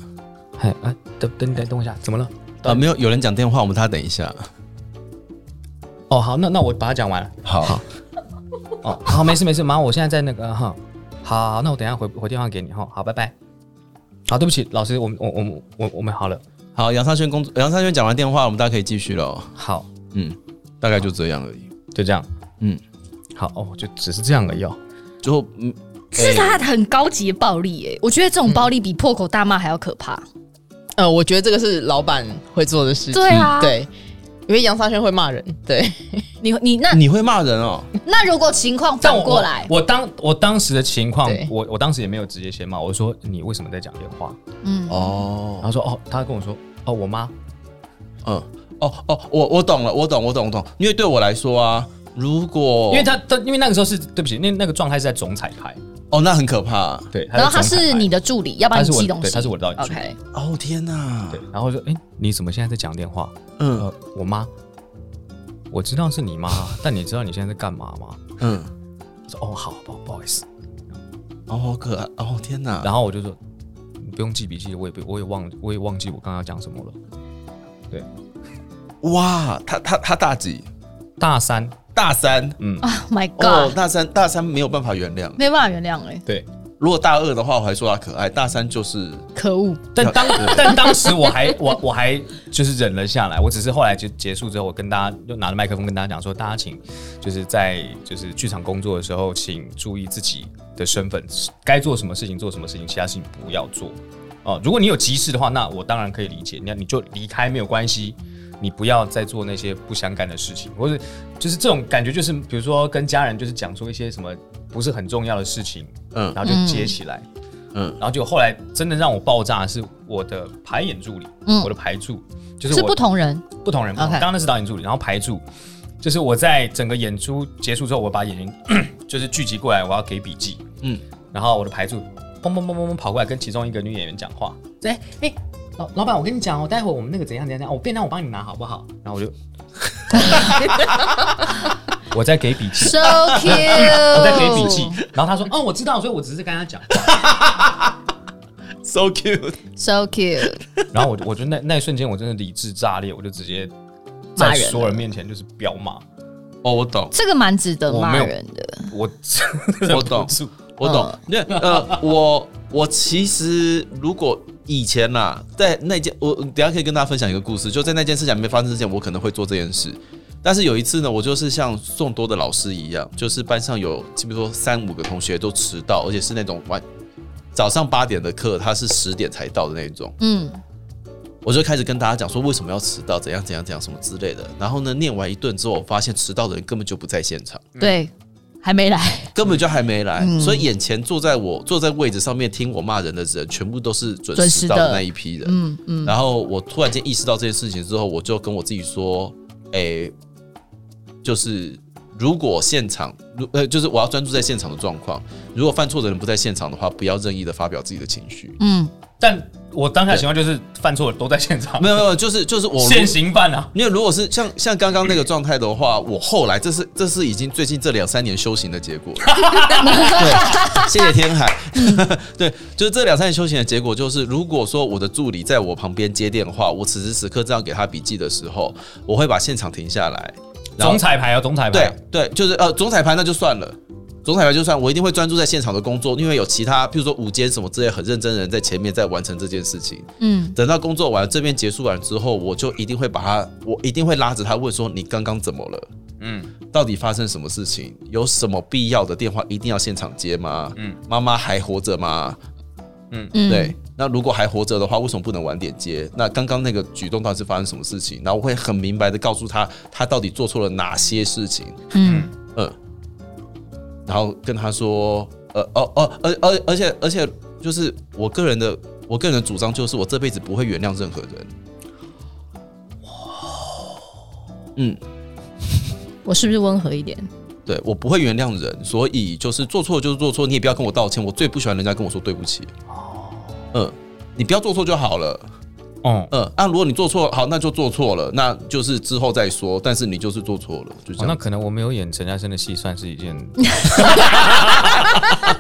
哎哎，等等等等我一下，怎么了？
呃，没有，有人讲电话，我们他等一下。
哦，好，那那我把它讲完了。
好，
哦，好，没事没事，妈，我现在在那个哈，好好，那我等一下回回电话给你哈，好，拜拜。好，对不起，老师，我们我我们我我们好了，
好，杨尚轩工作，杨尚轩讲完电话，我们大家可以继续了。
好，
嗯，大概就这样而已。
就这样，
嗯，
好哦，就只是这样而已哦。
最后，嗯，
是他很高级的暴力耶、我觉得这种暴力比破口大骂还要可怕。
呃，我觉得这个是老板会做的
嗯
事情。
对啊
对，因为杨沙轩会骂人。对，
你你那
你会骂人哦？
那如果情况
嗯但
反
我
过来，
我我当我当时的情况
对，
我我当时也没有直接先骂，我说你为什么在讲电话？
嗯，
然
哦，
后说哦，他跟我说哦，我妈，
嗯，哦哦，我我懂了，我懂，我懂，我懂。因为对我来说啊，如果
因为他他因为那个时候是对不起，那那个状态是在总彩排，
哦，那很可怕。
对，
然后他
在总彩
是
排
你，的助理，要帮
他
你
是我
寄
的
东
对，
西。
他是我的导演助理
OK，
哦天哪！
对，然后说哎，你怎么现在在讲电话？
嗯
呃，我妈，我知道是你妈， 但你知道你现在在干嘛吗？
嗯，
她说哦，好，不好不好意思。
哦，好可爱。哦天哪！
然后我就说，你不用记笔记，我也不，我也忘，我也忘记我刚刚讲什么了。
哇，他他他大几？
大三，
大三。
嗯，
啊，My
哦，
God，
大三大三没有办法原谅。
没办法原谅哎、
对，
如果大二的话，我还说他可爱；大三就是
可恶，
但当但当时我还我我还就是忍了下来，我只是后来就结束之后，我跟大家就拿着麦克风跟大家讲说，大家请就是在就是剧场工作的时候，请注意自己的身份，该做什么事情做什么事情，其他事情不要做。哦，如果你有急事的话，那我当然可以理解，那你就离开没有关系，你不要再做那些不相干的事情，或者就是这种感觉，就是比如说跟家人就是讲出一些什么不是很重要的事情，
嗯
然后就接起来，
嗯
嗯，然后就后来真的让我爆炸的是我的排演助理，我的排助嗯就是
是
我
不同 人，
不同人，不同
OK
刚刚那是导演助理，然后排助就是我在整个演出结束之后，我把演员 就是聚集过来，我要给笔记，
嗯
嗯，然后我的排助砰砰砰砰砰跑过来跟其中一个女演员讲话，哎哎、老老板，我跟你讲哦，待会我们那个怎样怎样怎样，我便当我帮你拿好不好？然后我就 我在给笔记，
So cute，
我在给笔记，然后他哦说哦我知道，所以我只是跟他讲，
so cute。
，So cute，
然后我我就那那一瞬间我真的理智炸裂，我就直接
骂
在
人了
所有人面前就是飙骂，
哦，我 懂，
这个蛮值得骂
我没有
人的，
我
我懂，我懂。那呃，我我其实如果以前呐、在那件我等一下可以跟大家分享一个故事，就在那件事情还没发生之前，我可能会做这件事。但是有一次呢，我就是像众多的老师一样，就是班上有，比如说三五个同学都迟到，而且是那种晚早上八点的课，他是十点才到的那种。
嗯，
我就开始跟大家讲说为什么要迟到，怎样怎样怎样什么之类的。然后呢，念完一顿之后，我发现迟到的人根本就不在现场。
对，
嗯
还没来，
根本就还没来，
嗯
所以眼前坐在我坐在位置上面听我骂人的人，全部都是准
准
时
时
到的
的
那一批人。
嗯嗯，
然后我突然间意识到这件事情之后，我就跟我自己说：“哎、就是如果现场，如呃，就是我要专注在现场的状况。如果犯错的人不在现场的话，不要任意的发表自己的情绪。
嗯，
但我当下的情况就是犯错的都在现场，
没有没有，就是就是我如
现行犯啊，
因为如果是像像刚刚那个状态的话，我后来这是这是已经最近这两三年修行的结果。对，谢谢天海。 对，就是这两三年修行的结果，就是如果说我的助理在我旁边接电话，我此时此刻这样给他笔记的时候，我会把现场停下来，然后
总彩排啊，总彩排
对
啊，
对，就是呃，总彩排那就算了。总彩排就算，我一定会专注在现场的工作，因为有其他，譬如说午间什么之类，很认真的人在前面在完成这件事情。
嗯，
等到工作完这边结束完之后，我就一定会把他，我一定会拉着他问说：“你刚刚怎么了？
嗯，
到底发生什么事情？有什么必要的电话一定要现场接吗？嗯
嗯，
妈妈还活着吗？
嗯
对，，那如果还活着的话，为什么不能晚点接？那刚刚那个举动到底是发生什么事情？然后我会很明白的告诉他，他到底做错了哪些事情。
嗯
嗯，然后跟他说，呃，哦哦，而而而且而且就是我个人的我个人的主张就是我这辈子不会原谅任何人。嗯，
我是不是温和一点？
对我不会原谅人，所以就是做错就是做错，你也不要跟我道歉。我最不喜欢人家跟我说对不起。嗯，你不要做错就好了。
哦，
嗯，啊，如果你做错，好，那就做错了，那就是之后再说。但是你就是做错了，就这
哦
样。
那可能我没有演陈嘉生的戏，算是一 件，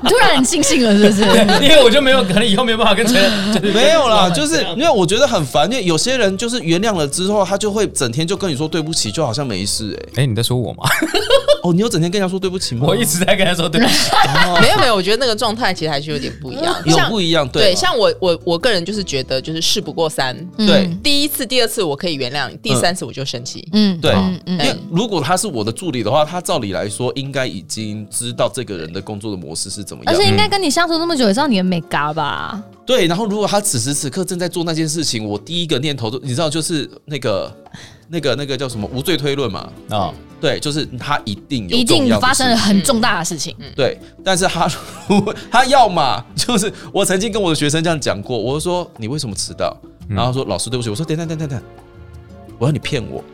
你突然很尽兴了，是 不是？
因为我就没有，可能以后没有办法跟陈，就是
没有 啦，就是因为我觉得很烦，因为有些人就是原谅了之后，他就会整天就跟你说对不起，就好像没事哎、
哎，你在说我 吗？
哦，你有整天跟人家说对不起吗？
我一直在跟他说对不 起，
哦没有没有，我觉得那个状态其实还是有点不一样。
嗯
有
像
不一样，
对，
对吧，
像我我我个人就是觉得就是事不过三，
嗯
对
第一次、第二次我可以原谅你，第三次我就生气。
嗯，
对
嗯
因
嗯
为如果他是我的助理的话，他照理来说应该已经知道这个人的工作的模式是怎么
而
样
且。应该跟你相处那么久，也知道你的美嘎吧？
对，然后如果他此时此刻正在做那件事情，我第一个念头就你知道就是那个那个那个叫什么无罪推论嘛？
啊，
对，就是他一定有
一
重
定
要的
发生了
事嗯
很重大的事情，
对，但是他他要嘛，就是我曾经跟我的学生这样讲过，我就说你为什么迟到？
嗯
然后他说老师对不起，我说等等等等等，我要你骗我，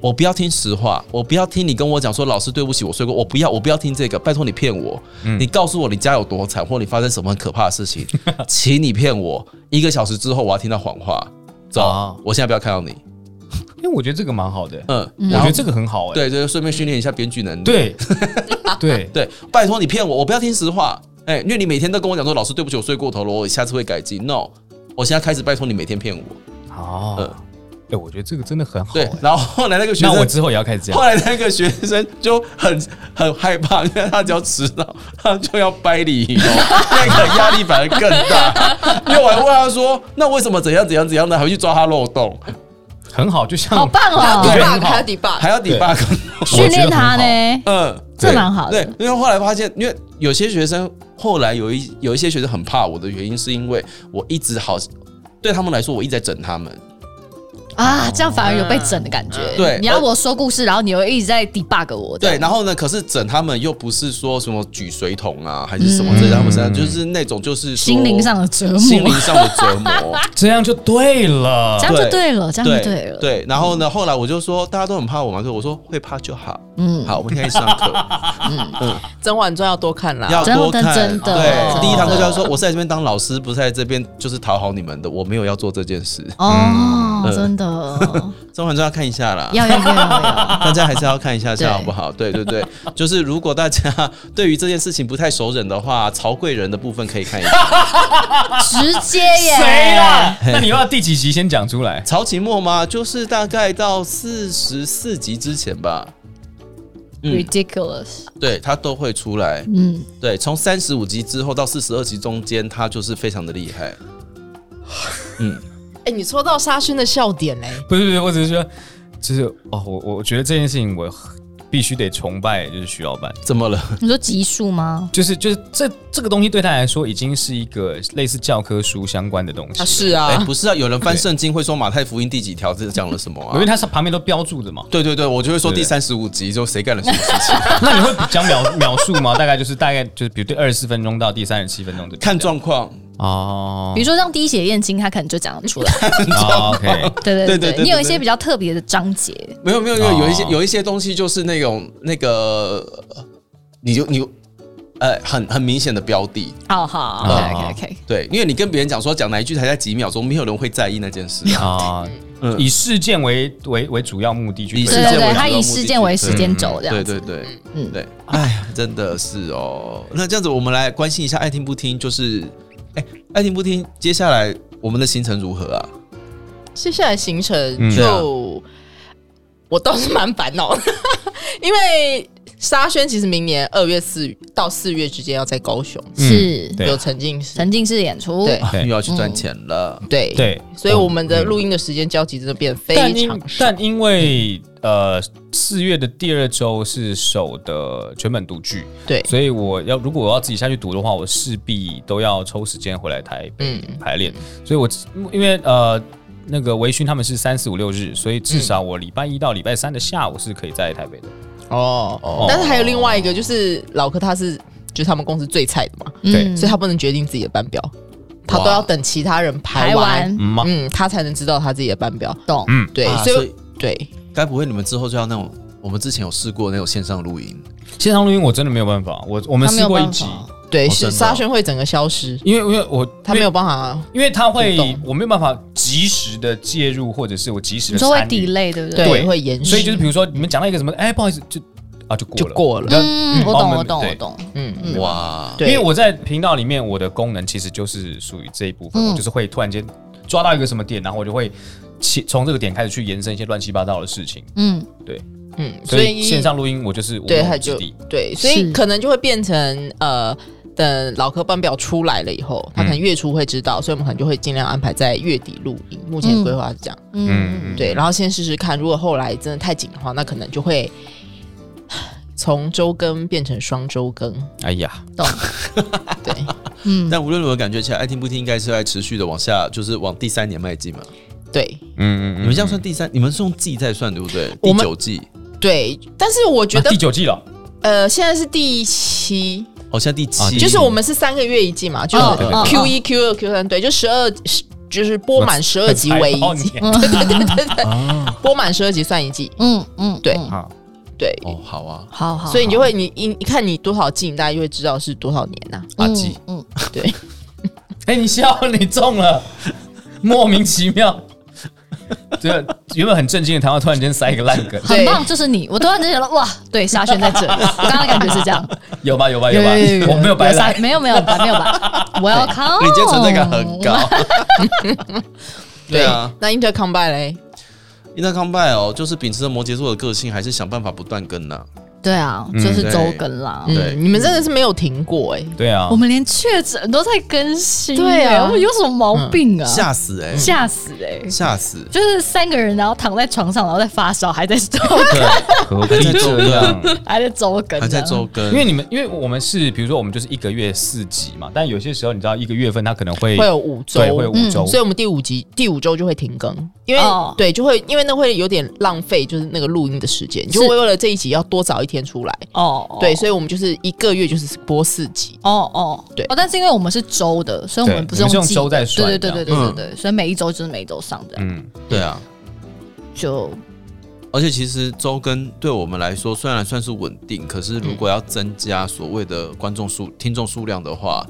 我不要听实话，我不要听你跟我讲说老师对不起，我睡过，我不要我不要听这个，拜托你骗我，
嗯
你告诉我你家有多惨，或你发生什么很可怕的 事情，请你骗我，一个小时之后我要听到谎话，走，
啊
我现在不要看到你，
因为我觉得这个蛮好的，
嗯，
我
然
觉
后
得这个很好，哎，
对对，顺便训练一下编剧能力，
对对，
对，拜托你骗我，我不要听实话。哎、因为你每天都跟我讲说，老师对不起，我睡过头了，我下次会改进。No，我现在开始拜托你每天骗我。
哦
呃，
哎，我觉得这个真的很好
对
哎。，
然后后来那个学
那我
生
之后也要开始这样
后。来那个学生就很很害怕，因为他只要迟到，他就要掰礼 仪哦，那个压力反而更大。因为我还问他说：“那为什么怎样怎样怎样的，还会去抓他漏洞，
很好，就像
好棒哦
对
，debug
很好
还有 debug，
还要 debug？”
训练他
我觉得很
呢，
嗯，
这蛮好
对
的。，
因为后来发现，因为有些学生后来有一有一些学生很怕我的原因，是因为我一直好对他们来说，我一直在整他们。
啊，这样反而有被整的感觉。
对
你要我说故事，然后你又一直在 debug 我。这
对，
样，
然后呢？可是整他们又不是说什么举水桶啊，还是什么在他们身上，就是那种就是说
嗯心灵上的折磨，
心灵上的折磨。
这样就对了
这。样就对 了，这样就对
对
了。
对，然后呢？后来我就说，大家都很怕我嘛，所以我说会怕就好。
嗯，
好，我们可以上 课，
甄嬛传要多看啦。
要多看。
真的真的
对，
哦
第一堂课就要说，我是在这边当老师，不是在这边就是讨好你们的，我没有要做这件事。
哦
嗯，
真的
甄嬛传要看一下啦，
要要要要。
大家还是要看一下下
对
好不好？对对 对，就是如果大家对于这件事情不太熟忍的话，曹贵人的部分可以看一 下。
直接耶！
谁啦？那你要第几集先讲出来？
曹琴墨嘛，就是大概到四十四集之前吧，嗯
r i d i c u l o u s
对他都会出来。
嗯，
对，从三十五集之后到四十二集中间，他就是非常的厉害。
哎，你说到沙宣的笑点嘞，
不是不是，我只是说，就是哦，我我我觉得这件事情我必须得崇拜，就是徐老板，
怎么了？
你说集数吗？
就是就是这这个东西对他来说已经是一个类似教科书相关的东西
啊，，是
哎、
啊，
不是啊，有人翻圣经会说马太福音第几条这讲了什么
因
啊
为？他是旁边都标注的嘛。
对对对，我就会说
对
第三十五集就谁干了什么 事情，
那你会讲描描述吗？大概就是大概就是，比如对二十四分钟到第三十七分钟的
看状况。
哦
比如说像滴血验亲，他可能就讲得出来。
哦，OK，
对
对对对
对对
对
对，你有一些比较特别的章节，
没有没有没有，有一些
哦
有一些东西就是那种那个，呃你就你呃很很明显的标的，
哦好好，OK
哦
OK OK，
对，因为你跟别人讲说讲哪一句才在几秒钟，没有人会在意那件事啊、
啊，
嗯
以事件为为为主要目的去
以
推
事
对
件
论
对
为
对，
主要
他以
目
时
的
间为
去
时间轴
对
这样
对
子。
对，嗯
啊嗯
对，哎呀，真的是哦。那这样子，我们来关心一下爱听不听，就是哎，爱听不听，接下来我们的行程如何啊？
接下来行程
嗯
就、我倒是蛮烦恼的， 因为沙宣其实明年二月四到四月之间要在高雄
是
对啊
有沉浸式，
沉浸式演出，
对嗯
啊
对
又要去赚钱了。
对
对，
所以我们的录音的时间交集真的变得非
但因
常少。
但因为呃四月的第二周是首的全本读剧，
对，
所以我要如果我要自己下去读的话，我势必都要抽时间回来台北
嗯，
排练。所以我因为呃那个维勋他们是三四五六日，所以至少我礼拜一到礼拜三的下午是可以在台北的。
哦哦，但是还有另外一个，就是老柯他是就是他们公司最菜的嘛，
嗯
对
所以他不能决定自己的班表，他都要等其他人排
排完
嗯吗？
嗯，他才能知道他自己的班表。
懂
嗯，
对，
啊
所
所
以
以
对，
该不会你们之后就要那种？我们之前有试过那种线上录音，
线上录音我真的没有办法，我我们
他没
试
有
过一
办
集，
法
对，
哦
是
真的哦
沙宣会整个消失，
因为因为我
他没有，办法。
因为他会
互动
我没有办法及时的介入，或者是我及时
你
的
说会
参与
delay 对不
对，
对？
对
会延续，
所以就是比如说你们讲到一个什么，哎，不好意思，就啊就过
就
了。
过了。
嗯，我
帮我
懂
们
我懂
对
我懂，
嗯，
哇！
因
对，
为我在频道里面，我的功能其实就是属于这一部分，
嗯
我就是会突然间抓到一个什么点，然后我就会起从这个点开始去延伸一些乱七八糟的事情。
嗯，
嗯，
所
所
以
以
线上录音我就是无
对
用
他
武
就
之地。
对，所以
是
可能就会变成呃，等老科班表出来了以后，他
嗯
可能月初会知道，所以我们可能就会尽量安排在月底录音。目前
嗯
规划是这样，
嗯
嗯，
对，然后先试试看，如果后来真的太紧的话，那可能就会。 从周更变成双周更，
哎呀，
懂，
对，
嗯，
但无论如何，感觉起来爱听不听应该是在持续的往下，就是往第三年迈进嘛。
对，
嗯嗯
你们这样算第三，你们是用季在算对不对？
我
第
们
九季，
对。但是我觉
啊
得
第，九季了，
呃，现在是第七，
好像第
啊
七，
第
就是我们是三个月一季嘛，就是
哦
对对
哦
Q 一、Q 二、Q 三，对，就十二，就是播满十二集 为一季，
哦
对对对对 对，播满十二集算一季，
嗯嗯，
对
嗯
啊，
对，
哦，好啊，
好好，
所以你就会
会
你你你看你多少季，你大概就会知道是多少年呐、
阿基，
嗯，
对，
哎，你笑，你中了， 莫名其妙。这原本很正经的谈话，突然间塞一个烂梗，
很
对
棒，就是你，我突然间觉得哇，对，沙宣在这，我刚刚的感觉是这样，
有吧有吧有吧，我没有白
沙
来。
没有没有白没有白，Welcome，哦
你今天存在感很高。对啊，
啊
那 Intercombine 嘞，
Intercompile 哦就是秉持着摩羯座的个性，还是想办法不断更呐、
对啊，
嗯
就是周
对
更啦。
对
嗯，你们真的是没有停过哎、
对啊
我，们连确诊都在更新、
对啊
哎我们有什么毛病啊？
吓死哎、
吓死哎、
吓死！
就是三个人，然后躺在床上，然后在发烧，还在周
对，
何必这样？
还在周更，
还在周。更，
因为你们，因为我们是，比如说我们就是一个月四集嘛，但有些时候你知道一个月份它可能会
会有五周，嗯
对会有五周，
所以我们第五集第五周就会停更，因为、
哦
对，就会因为那会有点浪费，就是那个录音的时间，就会为了这一集要多找一天出来。
哦，
对，所以我们就是一个月就是播四集，
哦哦，
对
哦，但是因为我们是周的，所以我们
对
不
你
是
们是
季
用周在
的
算
对对
这
对
样
对
嗯
对对对，所以每一周就是每一周上这样，
嗯，
对啊，
就
而且其实周更对我们来说虽然算是稳定，可是如
嗯
果要增加所谓的观众数、听众数量的话，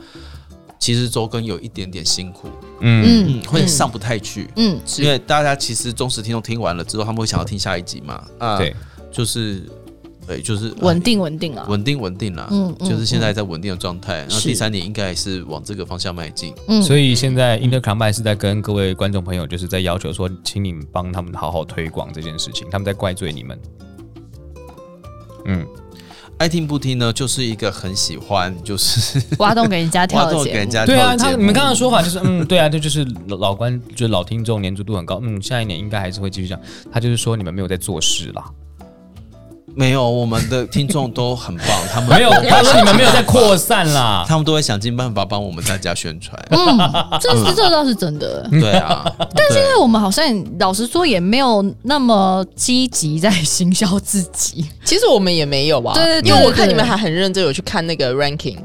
其实周更有一点点辛苦，
嗯，
嗯
嗯，会上不太去。
嗯，
因为大家其实忠实听众听完了之后，他们会想要听下一集嘛？啊，
对，
就是，对，就是
稳定稳定啊，
稳定稳定啦，
嗯嗯
就是现在在稳定的状态。那
是
第三年应该也是往这个方向迈进。
嗯
所以现在 Intercombine 是在跟各位观众朋友，就是在要求说，请你们帮他们好好推广这件事情，他们在怪罪你们。嗯，
爱听不听呢，就是一个很喜欢就是
挖洞给人家跳
挖
的
洞给
节
人
目，
家
对啊，
跳的
他
节目
你们刚刚的说法就是，嗯，对啊，这就是老老观，就是老听众粘着度很高，嗯，下一年应该还是会继续讲。他就是说你们没有在做事啦，
没有，我们的听众都很棒，他 们
没有，
都
他说你们没有在扩散啦。
他们都会想尽办法帮我们大家宣 传。
嗯，这是这倒是真的。
对啊，但
因为我们好像老实说也没有那么积极在行销自己，
其实我们也没有啊，
对对对
因为我看
对
你们还很认真有去看那个 ranking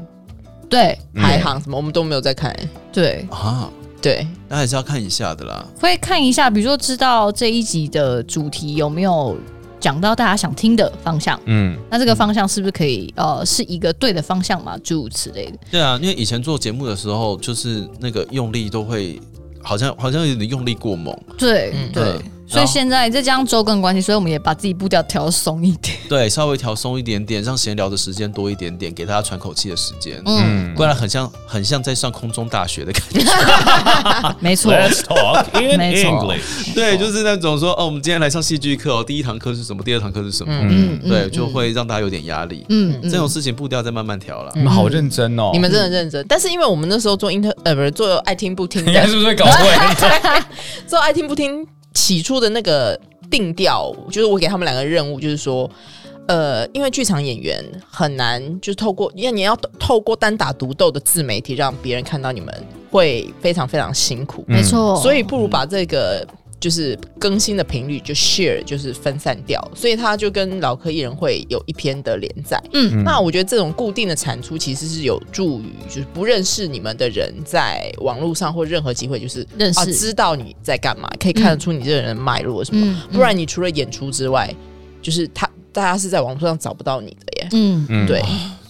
对
排行什么，我们都没有在看。
对，
啊，
对，
那还是要看一下的啦。
会看一下，比如说知道这一集的主题有没有讲到大家想听的方向，
嗯，
那这个方向是不是可以呃是一个对的方向嘛，诸如此类的。
对啊，因为以前做节目的时候，就是那个用力都会，好像好像有点用力过猛。
对、
嗯
对。
嗯
所以现在再加上周更关系，所以我们也把自己步调调松一点。
对，稍微调松一点点，让闲聊的时间多一点点，给大家喘口气的时间。
嗯，
不然很像很像在上空中大学的感觉。
没错，
Let's talk in
没错嗯
English。
对，就是那种说哦，我们今天来上戏剧课哦，第一堂课是什么，第二堂课是什么，
嗯
对，就会让大家有点压力。
嗯嗯
这种事情步调再慢慢调了
你。们好认真哦，
你 们真的认真，但是因为我们那时候做 inter 呃不是做爱听不 听
人家
的
是，不是会搞 混？
做爱听不听起初的那个定调，就是我给他们两个任务，就是说。呃，因为剧场演员很难，就是透过，因为你要透过单打独斗的自媒体让别人看到你们，会非常非常辛苦。
没错。
所以不如把这个就是更新的频率就 share 就是分散掉，所以他就跟老科艺人会有一篇的连载。
嗯
嗯，那我觉得这种固定的产出其实是有助于就是不认识你们的人在网络上或任何机会就是
认识
啊知道你在干嘛，可以看得出你这个人的脉络什么。
嗯
不然你除了演出之外，就是他大家是在网络上找不到你的耶。
嗯
嗯
对，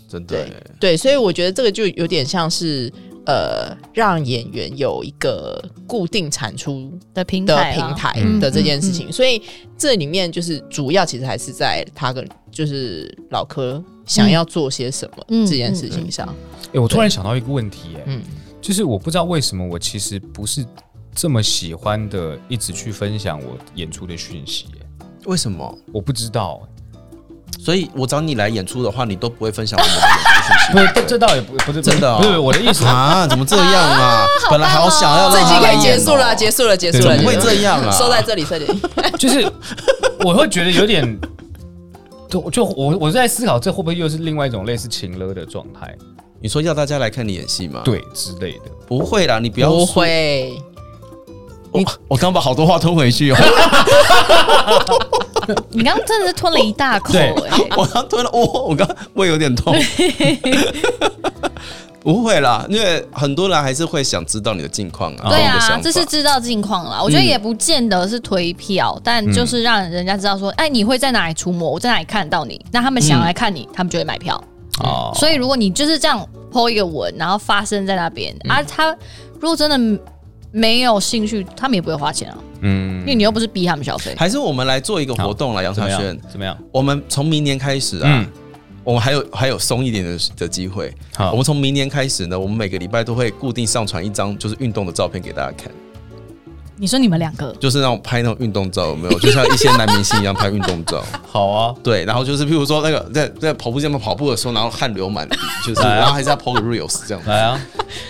真的
对
欸，
对，所以我觉得这个就有点像是呃，让演员有一个固定产出
的平
的
台啦啊
平，台
嗯
的这件事情，所以这里面就是主要其实还是在他跟就是老柯想要做些什么
嗯
这件事情上，
哎，我突然想到一个问题，哎，
嗯
就是我不知道为什么我其实不是这么喜欢的，一直去分享我演出的讯息，哎
为什么？
我不知道， 哎
所以我找你来演出的话，你都不会分享我们的演出讯息
不，这倒也不不是
真的哦
不是不是我的意思。
啊？怎么这样啊？本来好想要
这
让
已
他
经可
来
以结
演
束了，
哦，
结束了，结
对
束了，
怎么会
结束
这
了
样啊？
收在这里，这里，
就是我会觉得有点，就就我我在思考，这会不会又是另外一种类似情勒的状态，
你说要大家来看你演戏吗？，
对之类的。
不会啦，你不要
不
说。
会，
我我刚把好多话吞回 去哦，
你刚刚真的是吞了一大口
对
哎、 欸
我刚吞了，我我刚胃有点痛。不会啦，因为很多人还是会想知道你的近况啊。
对
你的
啊，
想法
这是知道近况啦。我觉得也不见得是推票，但就是让人家知道说，哎，你会在哪里出没，我在哪里看到你，那他们想来看你，他们就会买票。
哦，
所以如果你就是这样剖一个文，然后发生在那边，
嗯
而、他如果真的没有兴趣，他们也不会花钱啊，因
嗯，
为你又不是逼他们消费。
还是我们来做一个活动啦，杨
怎
长
么
轩
样？。怎么样？
我们从明年开始啊，
嗯，
我们还有还有松一点的的机会。
好
我们从明年开始呢，我们每个礼拜都会固定上传一张就是运动的照片给大家看。
你说你们两个
就是那种拍那种运动照，有 没有？就像一些男明星一样拍运动照。
好啊，
对，然后就是譬如说那个在在跑步健身跑步的时候，然后汗流满 地，就是
来啊
然后还是要 PO 个 reels 这样子。
来啊，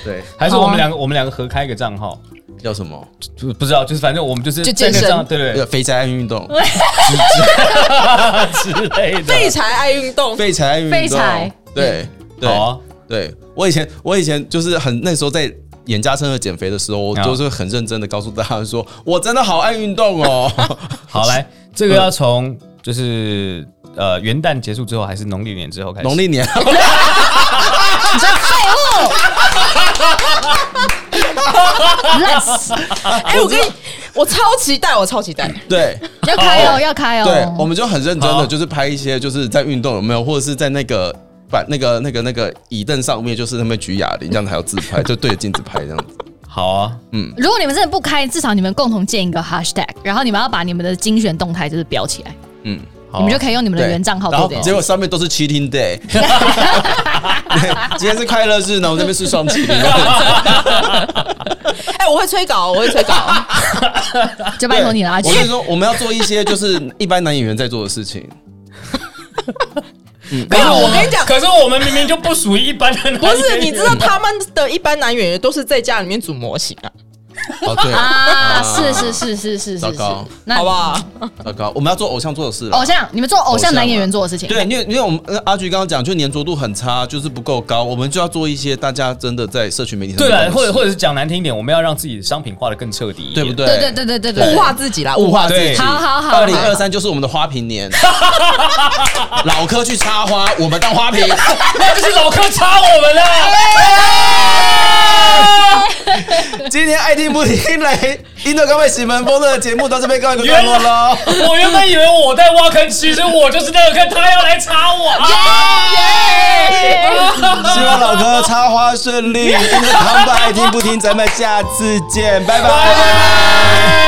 对，
还是我们两
啊
个，我们两个合开一个账号，
叫什么？
就不知道，就是反正我们就是
就
在那个
健身
账，对对
呃肥宅爱 运动，
对啊之类
废
的。
柴爱运动，
废柴 爱运动，
废柴
对对
好啊，
对。我以前我以前就是很那时候在演加深和减肥的时候，我
啊
就是很认真的告诉大家说，我真的好爱运动 哦。
好来，这个要从就是呃元旦结束之后，还是农历年之后开始？
农历年
烂死，
哎，我跟你，我超期待，我超期待，
对。
要开哦，要开
对，我
哦。
们就很认真
好
的，就是拍一些就是在运动有没有，或者是在那个把那个那个那个椅凳上面，就是他们举哑铃这样子，还有自拍，就对着镜子拍这样子。
好啊，
如果你们真的不开，至少你们共同建一个 hashtag，然后你们要把你们的精选动态就是标起来，
嗯，
好啊
你们就可以用你们的
对
原账号
然
做
后
这件
结
事。
果上面都是 cheating day，对今天是快乐日，然后这边是双 cheating，
哎，我会催稿，我会催稿，
就拜托你了，啊阿
我
奇。
跟你说，我们要做一些就是一般男演员在做的事情。
没有，我跟你讲。
可是我们明明就不属于一般的，
啊 不是，你知道他们的一般男演员都是在家里面组模型啊，
哦， 对，
啊，是是是是是
糟
是是
糕，
那
好不好？
糟糕，呃我们要做偶像做的事了
偶。像，你们做偶
偶像
像
嘛
男演员做的事情，
对，因为因为我们呃阿菊刚刚讲，就粘着度很差，就是不够高，我们就要做一些大家真的在社群媒体上
对
面
了，
的
或
事
者或者是讲难听一点，我们要让自己商品化的更彻底一点，
对不？对？
对对对对对对
物化自己啦，
物
物
化
化
自己。
好好好
二零二三就是我们的花瓶年， 老柯去插花，我们当花 瓶。
那就是老柯插我们啊 了。
今天爱听不听雷，印度各位喜门风的节目到这边告一个段
原
落喽。
来我原本以为我在挖坑，其实我就是那个坑，他要来插我啊！
希望老柯插花顺利，印度堂的爱听不听，咱们下次见，拜
拜
拜
拜。